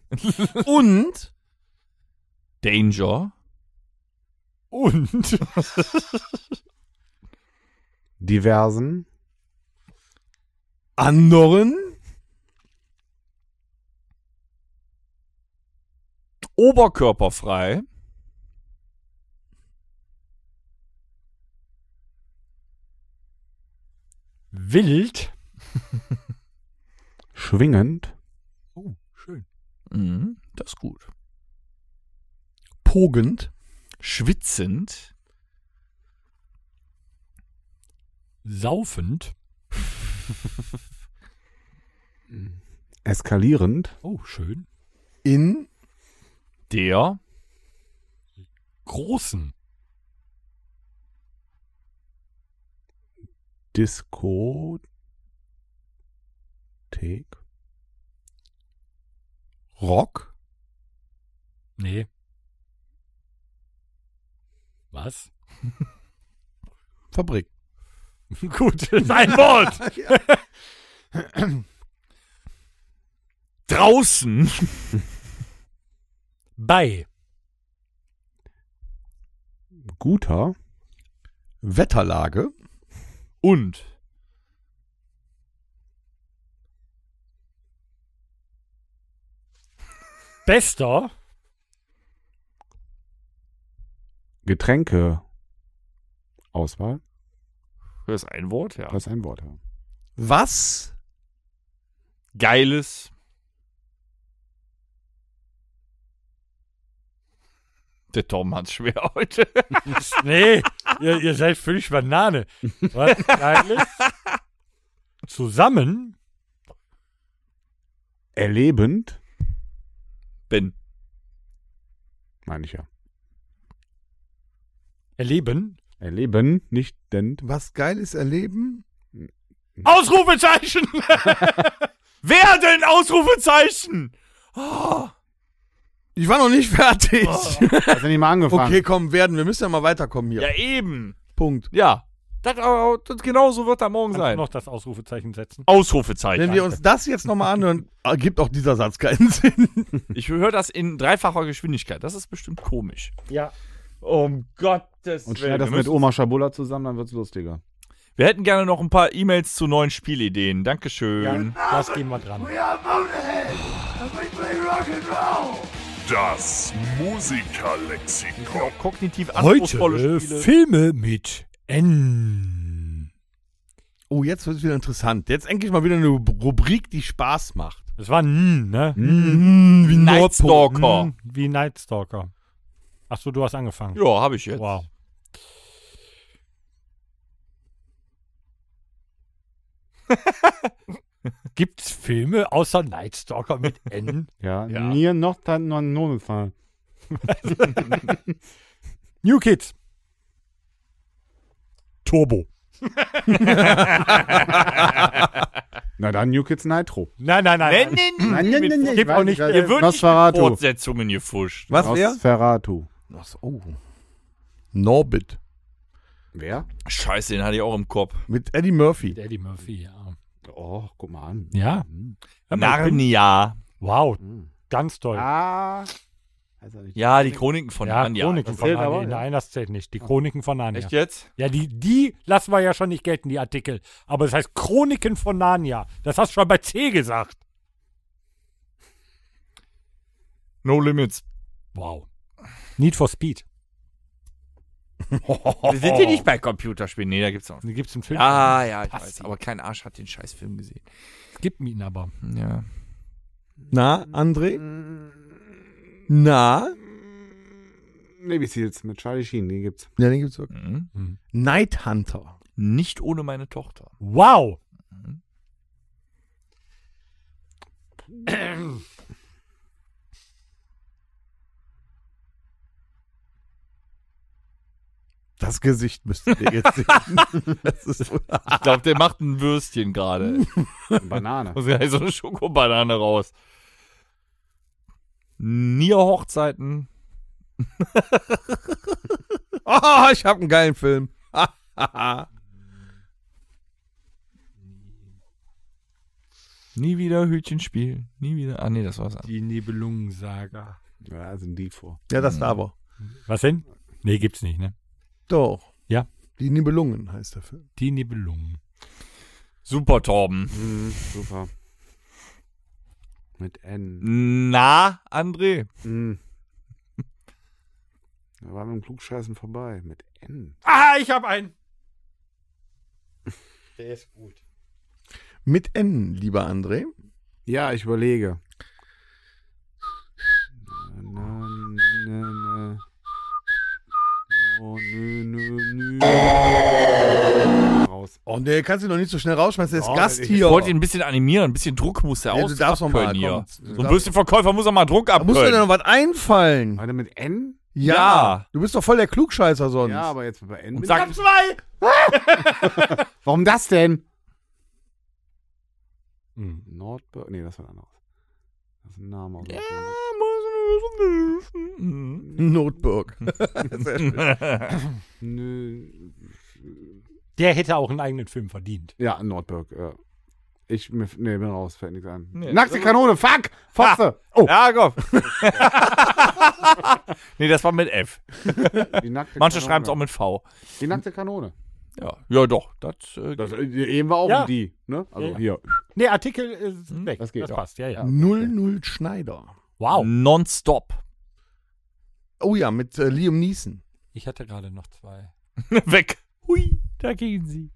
und
Danger.
und
Diversen.
anderen
Oberkörperfrei.
Wild.
Schwingend.
Oh, schön.
Mhm, das ist gut.
pogend
Schwitzend.
Saufend.
Eskalierend.
Oh, schön.
in
Der.
Großen.
Diskothek.
Rock
Nee. Was?
Fabrik.
Gut, ein Wort.
Draußen.
Bei.
Guter.
Wetterlage
Und.
Bester.
Getränke. Auswahl.
Das ist ein Wort, ja.
Das ist ein Wort. ja.
was
Geiles. Der Tom hat's schwer heute.
Nee, ihr, ihr seid völlig Banane. Was? Geiles? Zusammen?
Erlebend.
Bin.
Meine ich ja.
Erleben?
Erleben, nicht dent.
was geiles erleben
Ausrufezeichen! Werden! Ausrufezeichen!
ich war noch nicht fertig
Hast du nicht mal angefangen?
okay komm werden wir müssen ja mal weiterkommen hier
Oh, Ja, eben.
Punkt
Ja. Das, äh, das genauso wird er morgen
Kannst du
sein.
noch das Ausrufezeichen setzen?
Ausrufezeichen.
wenn wir uns das jetzt nochmal anhören ergibt auch dieser Satz keinen Sinn
ich höre das in dreifacher Geschwindigkeit. Das ist bestimmt komisch.
Ja.
Um Gottes
Und schneid das mit
um.
Oma Schabulla zusammen, dann wird's lustiger.
Wir hätten gerne noch ein paar E-Mails zu neuen Spielideen. Dankeschön.
Das gehen wir dran.
Das Musikerlexikon.
Kognitiv
Heute
anspruchsvolle Spiele.
Filme mit N.
oh jetzt wird es wieder interessant jetzt endlich mal wieder eine Rubrik die Spaß macht
Das war N, ne?
wie
Nightstalker.
N Wie Nightstalker. Achso, du hast angefangen.
Ja, habe ich jetzt.
Wow. Gibt's Filme außer Nightstalker mit N?
Ja,
Ja.
mir noch dann noch ein Notfall.
New Kids. Turbo.
Na dann New Kids Nitro.
Nein, nein, nein.
Nein,
nein.
nein, nein.
Nein, nein, nein,
ich weiß nicht,
Ihr
wer-
würdet
Nosferatu.
Nosferatu.
Fortsetzungen gefuscht.
was wäre
Nosferatu.
oh Norbit
Wer?
Scheiße, den hatte ich auch im Kopf.
mit Eddie Murphy
Eddie Murphy, ja.
Oh, guck mal an.
Ja. Hör mal, ich bin-
Narnia.
Wow,
Mhm.
ganz toll.
Ah. Also nicht.
Ja, die Chroniken von
ja,
Narnia.
Chroniken
das
von
zählt
Narnia.
aber, ja. Ah.
Nein, das zählt nicht. Die Chroniken von Narnia.
Echt jetzt?
Ja, die, die lassen wir ja schon nicht gelten, die Artikel. Aber es heißt Chroniken von Narnia. Das hast du schon bei C gesagt.
No Limits.
Wow. Need for Speed.
Sind wir
Oh.
nicht bei Computerspielen? Nee, da gibt's auch.
Die gibt's im Film.
Ja, ja, ich
Passi.
weiß. Aber kein Arsch hat den Scheißfilm gesehen.
Gib mir ihn aber.
Ja.
Na, André? Na?
Navy Seals mit Charlie Sheen, den gibt's.
Ja, den gibt's wirklich.
Mhm.
Hm. Night Hunter.
Nicht ohne meine Tochter.
Wow.
Das Gesicht müssten wir jetzt sehen. Das ist wohl-
Ich glaube, der macht ein Würstchen gerade.
Banane.
Muss ja so eine Schokobanane raus. Nier Hochzeiten.
Ah, ich habe einen geilen Film.
Nie wieder Hütchen spielen. Nie wieder. Ah, nee, das war's.
Die Nebelungensaga.
Ja, sind die vor.
Ja, das da war.
Was denn? Nee, gibt's nicht, ne?
Doch.
Ja.
Die Nibelungen heißt der Film.
Die Nebelungen.
Super, Torben.
Mhm, super. Mit N.
Na, André.
Mhm. Da waren wir im Klugscheißen vorbei. Mit N.
Ah, ich habe einen.
Mit N, lieber André.
Ja, ich überlege. Na, na, na, na. Oh, nö, nö, nö. Raus.
Oh nee, kannst du noch nicht so schnell rausschmeißen. Der ist
Oh,
Gast
ich
Ich
hier.
wollte ihn ein bisschen animieren. Ein bisschen Druck muss er
Ja,
aus
du darfst noch mal,
abkönnen hier.
komm. Du
So ein
darfst-
Würstchenverkäufer muss er mal Druck
da muss mir denn
abkönnen.
noch was einfallen.
Warte, mit N?
Ja.
Du bist doch voll der Klugscheißer sonst.
Ja, aber jetzt bei N.
Und
bin
sag,
ich- Warum das denn?
Hm.
Nordberg. Nee, das war ein anderes. Das ist ein Name. aus-
Notebook.
Nö.
Der hätte auch einen eigenen Film verdient.
Ja, Nordberg. Ja. Ich mir, nee, bin raus, fällt nichts ein.
Nee.
Nackte Kanone, fuck! Fotze! Oh,
Ja, komm. nee, das war mit F.
die nackte Kanone.
Manche schreiben es auch mit V.
Die nackte Kanone.
Ja, ja doch. Das, äh,
Das, äh, eben war auch
Ja.
ein die, ne? Also
Ja, ja.
hier.
Nee, Artikel ist weg.
Hm? das geht Hm.
das
auch.
passt, ja, ja.
00 Schneider.
Wow.
Nonstop.
Oh ja, mit äh, Liam Neeson.
Ich hatte gerade noch zwei.
Weg. Hui, da gehen sie.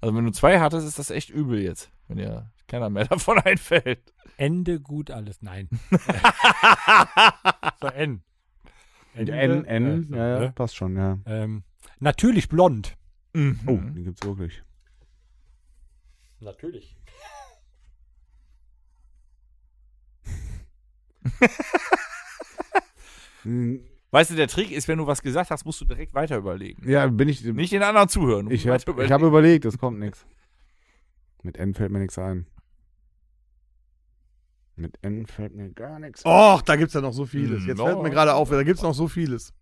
Also wenn du zwei hattest, ist das echt übel jetzt. Wenn dir keiner mehr davon einfällt.
Ende gut alles. Nein. so, N. Ende,
N, N,
äh, so,
ja, ja,
ne?
passt schon, ja.
Ähm, natürlich blond.
Mhm.
Oh, den gibt's wirklich.
Natürlich.
Hm,
Weißt du, der Trick ist, wenn du was gesagt hast, musst du direkt weiter überlegen.
Ja, bin ich.
Nicht den anderen zuhören. Du
ich
musst
hab,
weiter
ich habe überlegt, es kommt nichts. Mit N fällt mir nichts ein. Mit N fällt mir gar nichts ein.
Och, da gibt's ja noch so vieles.
Hm,
Jetzt
doch.
fällt mir gerade auf, da gibt's noch so vieles.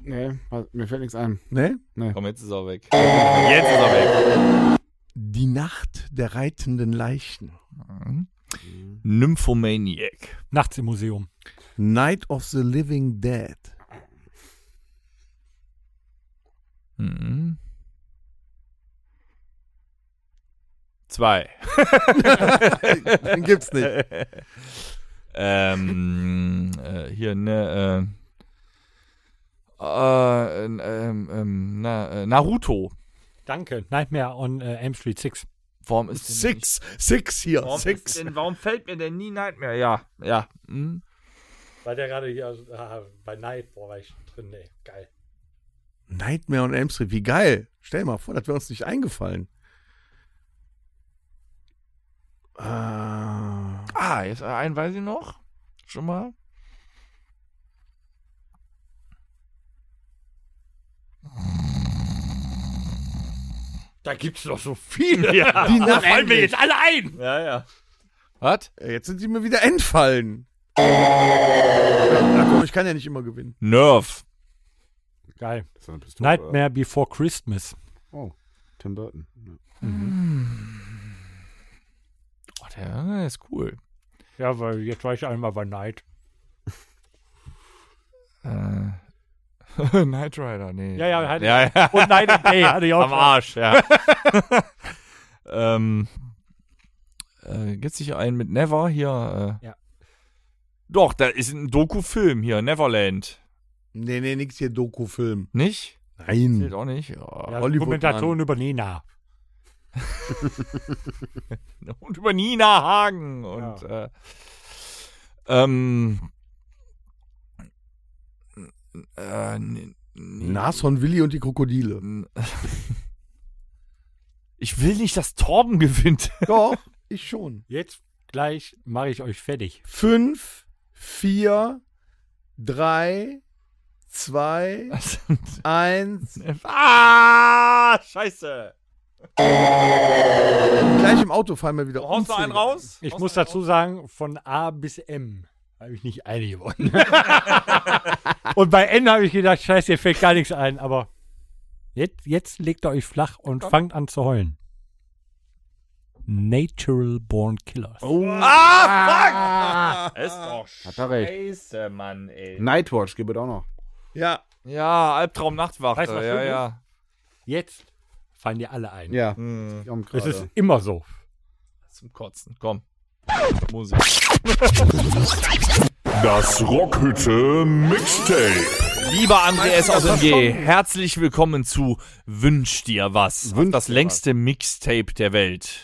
Nee, was- mir fällt nichts ein.
Ne?
Komm, jetzt ist er weg. Jetzt ist er weg.
Die Nacht der reitenden Leichen.
Nymphomaniac.
Nachts im Museum.
Night of the Living Dead.
Mhm. Zwei.
Den gibt's nicht.
ähm, äh, hier, ne, äh, äh, ähm, ähm, na, äh, Naruto.
Danke. Nightmare on äh, Elm Street 6.
Warum ist denn-
Six. Six hier.
Warum,
Six.
ist denn, warum fällt mir denn nie Nightmare? Ja, ja. Mhm.
Weil der gerade hier also, ah, bei Night, boah, war ich drin, ey. Geil.
Nightmare on Elm Street, wie geil. Stell dir mal vor, das wäre uns nicht eingefallen. Ah,
Ah, jetzt äh, einen weiß ich noch. Schon mal.
Da gibt's doch so viele. Ja,
Die
da
Nacht-
fallen mir jetzt alle ein.
Ja, ja. Was?
Äh, jetzt sind sie mir wieder entfallen. Na komm, ich kann ja nicht immer gewinnen.
Nerf.
Geil.
Das ist eine Pistole.
Nightmare Before Christmas.
Oh, Tim Burton. Ja.
Oh, Hm. der ist cool.
Ja, weil jetzt war ich einmal bei Night.
Äh. Knight Rider, nee.
Ja, ja, halt-
ja, ja.
Und Night and Day hatte ich auch
Am
schon.
Arsch, ja. ähm, äh, gibt's nicht einen mit Never hier? Äh,
Ja.
Doch, da ist ein Doku-Film hier, Neverland.
Nee, nee, nix hier Doku-Film.
Nicht? Zählt
Nein.
auch nicht.
Hm. Ja,
Ja.
Dokumentation über Nena.
Und über Nina Hagen. Und, äh, ähm, äh, n- n-
Nashorn Willi und die Krokodile.
n- ich will nicht, dass Torben gewinnt.
Doch, ich schon.
Jetzt gleich mache ich euch fertig.
Fünf, vier, drei, zwei, eins.
ah, scheiße.
Gleich im Auto fallen wir wieder
Haust noch einen
unzählige-
raus?
Ich
Haust
muss
noch einen
dazu sagen, von A bis M habe ich nicht eine gewonnen. und bei N habe ich gedacht, scheiße, hier fällt gar nichts ein, aber jetzt, jetzt legt ihr euch flach und fangt an zu heulen. Natural Born Killers.
raus. Ah, fuck! Ist doch
Hat er recht.
scheiße, Mann, ey.
Nightwatch gibt es auch noch.
Ja.
Ja, Albtraum Nachtwache.
Weißt du, was
ja,
schön
ja.
Jetzt fallen dir alle ein.
Ja.
Hm,
Ich komm
Es
gerade.
ist immer so.
zum Kotzen. Komm. Musik.
Das Rockhütte Mixtape.
Lieber Andreas aus dem G, herzlich willkommen zu Wünsch dir was.
Wünsch
das
dir
längste Mixtape der Welt.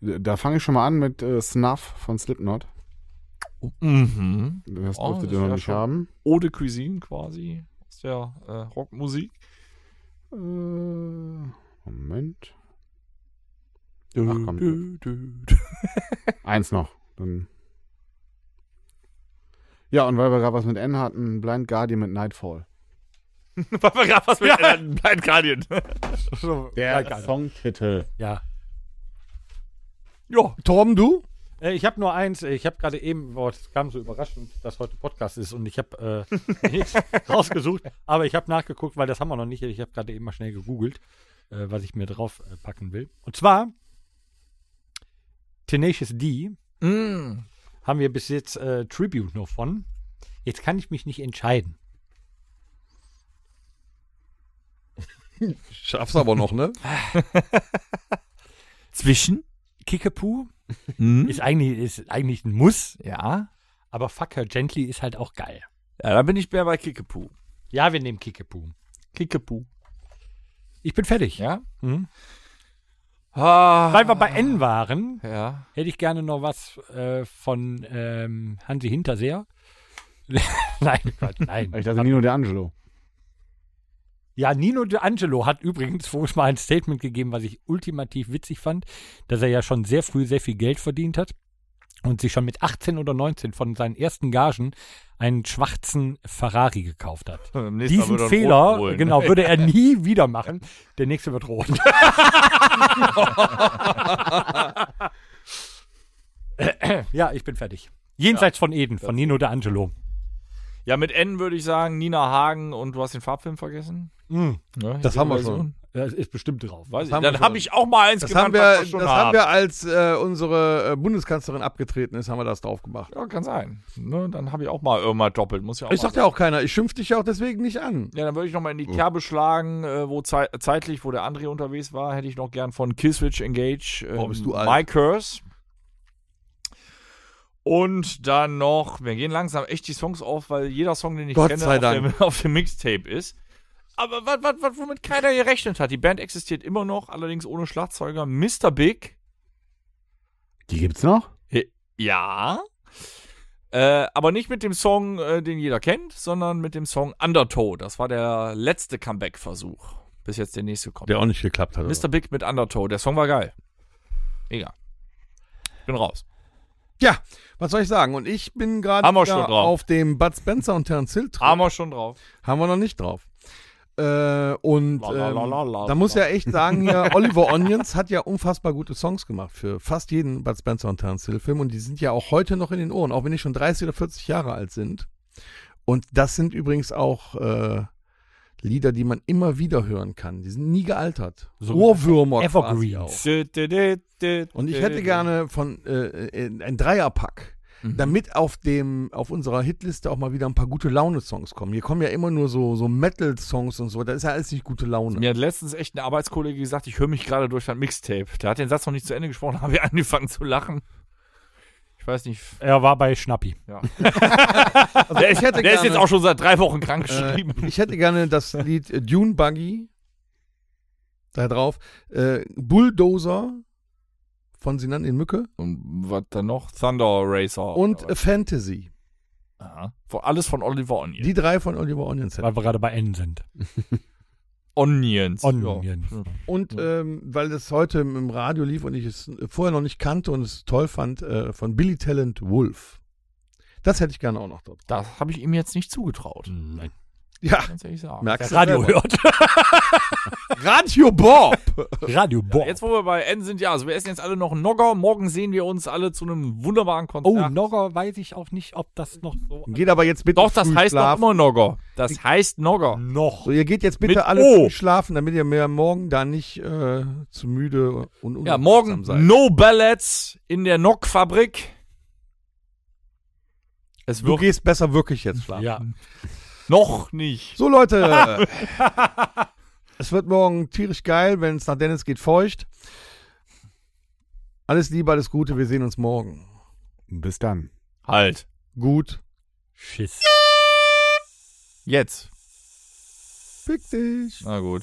Da fange ich schon mal an mit äh, Snuff von Slipknot.
Mhm.
Das
Oh,
dürftet
das
ihr
wär
noch nicht
schon-
haben.
Ode Cuisine quasi aus der äh, Rockmusik.
Äh, Moment.
Dö,
komm.
dö, dö, dö.
Eins noch. Dann. Ja, und weil wir gerade was mit N hatten, Blind Guardian mit Nightfall.
Weil wir gerade was mit ja. Blind Guardian.
ja,
Songtitel.
ja.
ja.
Torben, du?
Äh, Ich habe nur eins. äh, Ich habe gerade eben, boah, es kam so überraschend, dass heute Podcast ist und ich habe äh, nichts rausgesucht. Aber ich habe nachgeguckt, weil das haben wir noch nicht. Ich habe gerade eben mal schnell gegoogelt, äh, was ich mir drauf äh, packen will. Und zwar Tenacious D
Mm.
haben wir bis jetzt äh, Tribute noch von. Jetzt kann ich mich nicht entscheiden.
Schaff's aber noch, ne?
Zwischen?
Kickapoo
Mhm.
ist eigentlich, ist eigentlich ein Muss,
Ja.
aber Fuck Her Gently ist halt auch geil.
Ja, da bin ich mehr bei Kickapoo.
Ja, wir nehmen Kickapoo.
Kickapoo.
Ich bin fertig.
Ja?
Mhm.
Ah.
Weil wir bei N waren,
Ja.
Hätte ich gerne noch was äh, von ähm, Hansi Hinterseer. nein, Quatsch, nein.
Ich dachte Nino D'Angelo.
Ja, Nino D'Angelo hat übrigens vor uns mal ein Statement gegeben, was ich ultimativ witzig fand, dass er ja schon sehr früh sehr viel Geld verdient hat und sich schon mit 18 oder 19 von seinen ersten Gagen einen schwarzen Ferrari gekauft hat.
Im nächsten Mal
Diesen
wird er einen roten
Fehler,
holen.
genau, würde er nie wieder machen. Der nächste wird rot. ja, ich bin fertig. Jenseits von Eden, von Nino D'Angelo.
Ja, mit N würde ich sagen, Nina Hagen und du hast den Farbfilm vergessen.
Mm,
Ja,
Hm. Das
die
haben wir
Version.
schon.
das ist bestimmt drauf.
Weiß ich.
haben
Dann
wir
habe
schon.
ich auch mal eins
Das haben
genannt,
wir,
was
das
schon
haben wir als äh, unsere äh, Bundeskanzlerin abgetreten ist, haben wir das drauf gemacht.
Ja, kann sein. Ne, dann habe ich auch mal irgendwann doppelt. Muss ja auch
Ich
mal
sagt ja auch keiner, ich schimpf dich ja auch deswegen nicht an.
Ja, dann würde ich noch mal in die Kerbe schlagen, äh, wo zei zeitlich, wo der André unterwegs war, hätte ich noch gern von Killswitch Engage ähm,
Boah, bist du alt.
My Curse. Und dann noch, wir gehen langsam echt die Songs auf, weil jeder Song, den ich
Gott
kenne,
sei
auf,
Dank.
Dem, auf dem Mixtape ist. Aber was, was, was, womit keiner gerechnet hat. Die Band existiert immer noch, allerdings ohne Schlagzeuger. Mr. Big.
Die gibt's noch?
Ja. Äh, aber nicht mit dem Song, äh, den jeder kennt, sondern mit dem Song Undertow. Das war der letzte Comeback-Versuch. Bis jetzt der nächste kommt.
Der auch nicht geklappt hat.
Mr. Big mit Undertow. Der Song war geil. Egal. Bin raus.
Ja, was soll ich sagen? Und ich bin gerade
Haben wir
wieder
schon drauf.
auf dem Bud Spencer und Terence Hill Trip.
Haben wir schon drauf.
Haben wir noch nicht drauf. Äh, und ähm,
La, la, la, la, la,
da muss
la.
ja echt sagen, hier, Oliver Onions hat ja unfassbar gute Songs gemacht für fast jeden Bud Spencer und Terence Hill Film und die sind ja auch heute noch in den Ohren, auch wenn die schon 30 oder 40 Jahre alt sind. Und das sind übrigens auch äh, Lieder, die man immer wieder hören kann. Die sind nie gealtert.
So
Ohrwürmer quasi
Evergreens.
auch. Und ich hätte gerne von äh, äh, ein Dreierpack,
Mhm.
damit auf dem auf unserer Hitliste auch mal wieder ein paar gute Laune Songs kommen. Hier kommen ja immer nur so so Metal Songs und so, das ist ja alles nicht gute Laune.
Mir hat letztens echt ein Arbeitskollege gesagt, ich höre mich gerade durch dein Mixtape. Der hat den Satz noch nicht zu Ende gesprochen, habe ich angefangen zu lachen. Ich Ich weiß nicht.
Er war bei Schnappi.
Also ich hätte
Der ist jetzt
gerne-
auch schon seit drei Wochen krank
Äh,
geschrieben.
ich hätte gerne das Lied äh, Dune Buggy da drauf. Äh, Bulldozer von Sinan in Mücke
Und was dann noch? Thunder Racer.
und
oder
äh,
was?
Fantasy.
Aha. Vor- Alles von Oliver Onion.
Die drei von Oliver Onions.
Weil wir gerade bei N sind.
Onions.
Onion.
Hm.
Und ähm, weil das heute im Radio lief und ich es vorher noch nicht kannte und es toll fand, äh, von Billy Talent Wolf. Das hätte ich gerne auch noch dort.
Das habe ich ihm jetzt nicht zugetraut.
Nein.
Ja,
Ganz ehrlich sagen.
merkst du
Radio
selber.
hört.
Radio Bob.
Radio Bob.
Jetzt, wo wir bei N sind, ja, also wir essen jetzt alle noch einen Nogger. Morgen sehen wir uns alle zu einem wunderbaren
oh,
Konzert.
Nogger weiß ich auch nicht, ob das noch so.
Geht aber jetzt bitte
Doch, das
früh
heißt noch
schlafen.
immer Nogger. Das heißt Nogger.
Noch.
So, ihr geht jetzt bitte
Mit
alle
O.
früh schlafen, damit ihr mir morgen da nicht äh, zu müde und
Ja,
unaufmerksam
morgen
seid.
No Ballads in der Nog-Fabrik. Es
Du
wird
gehst besser wirklich jetzt schlafen.
Ja.
noch nicht.
So, Leute. es wird morgen tierisch geil, wenn es nach Dennis geht, feucht. Alles Liebe, alles Gute. Wir sehen uns morgen.
Bis dann.
Halt.
Gut.
Schiss.
Jetzt.
Fick dich.
Na gut.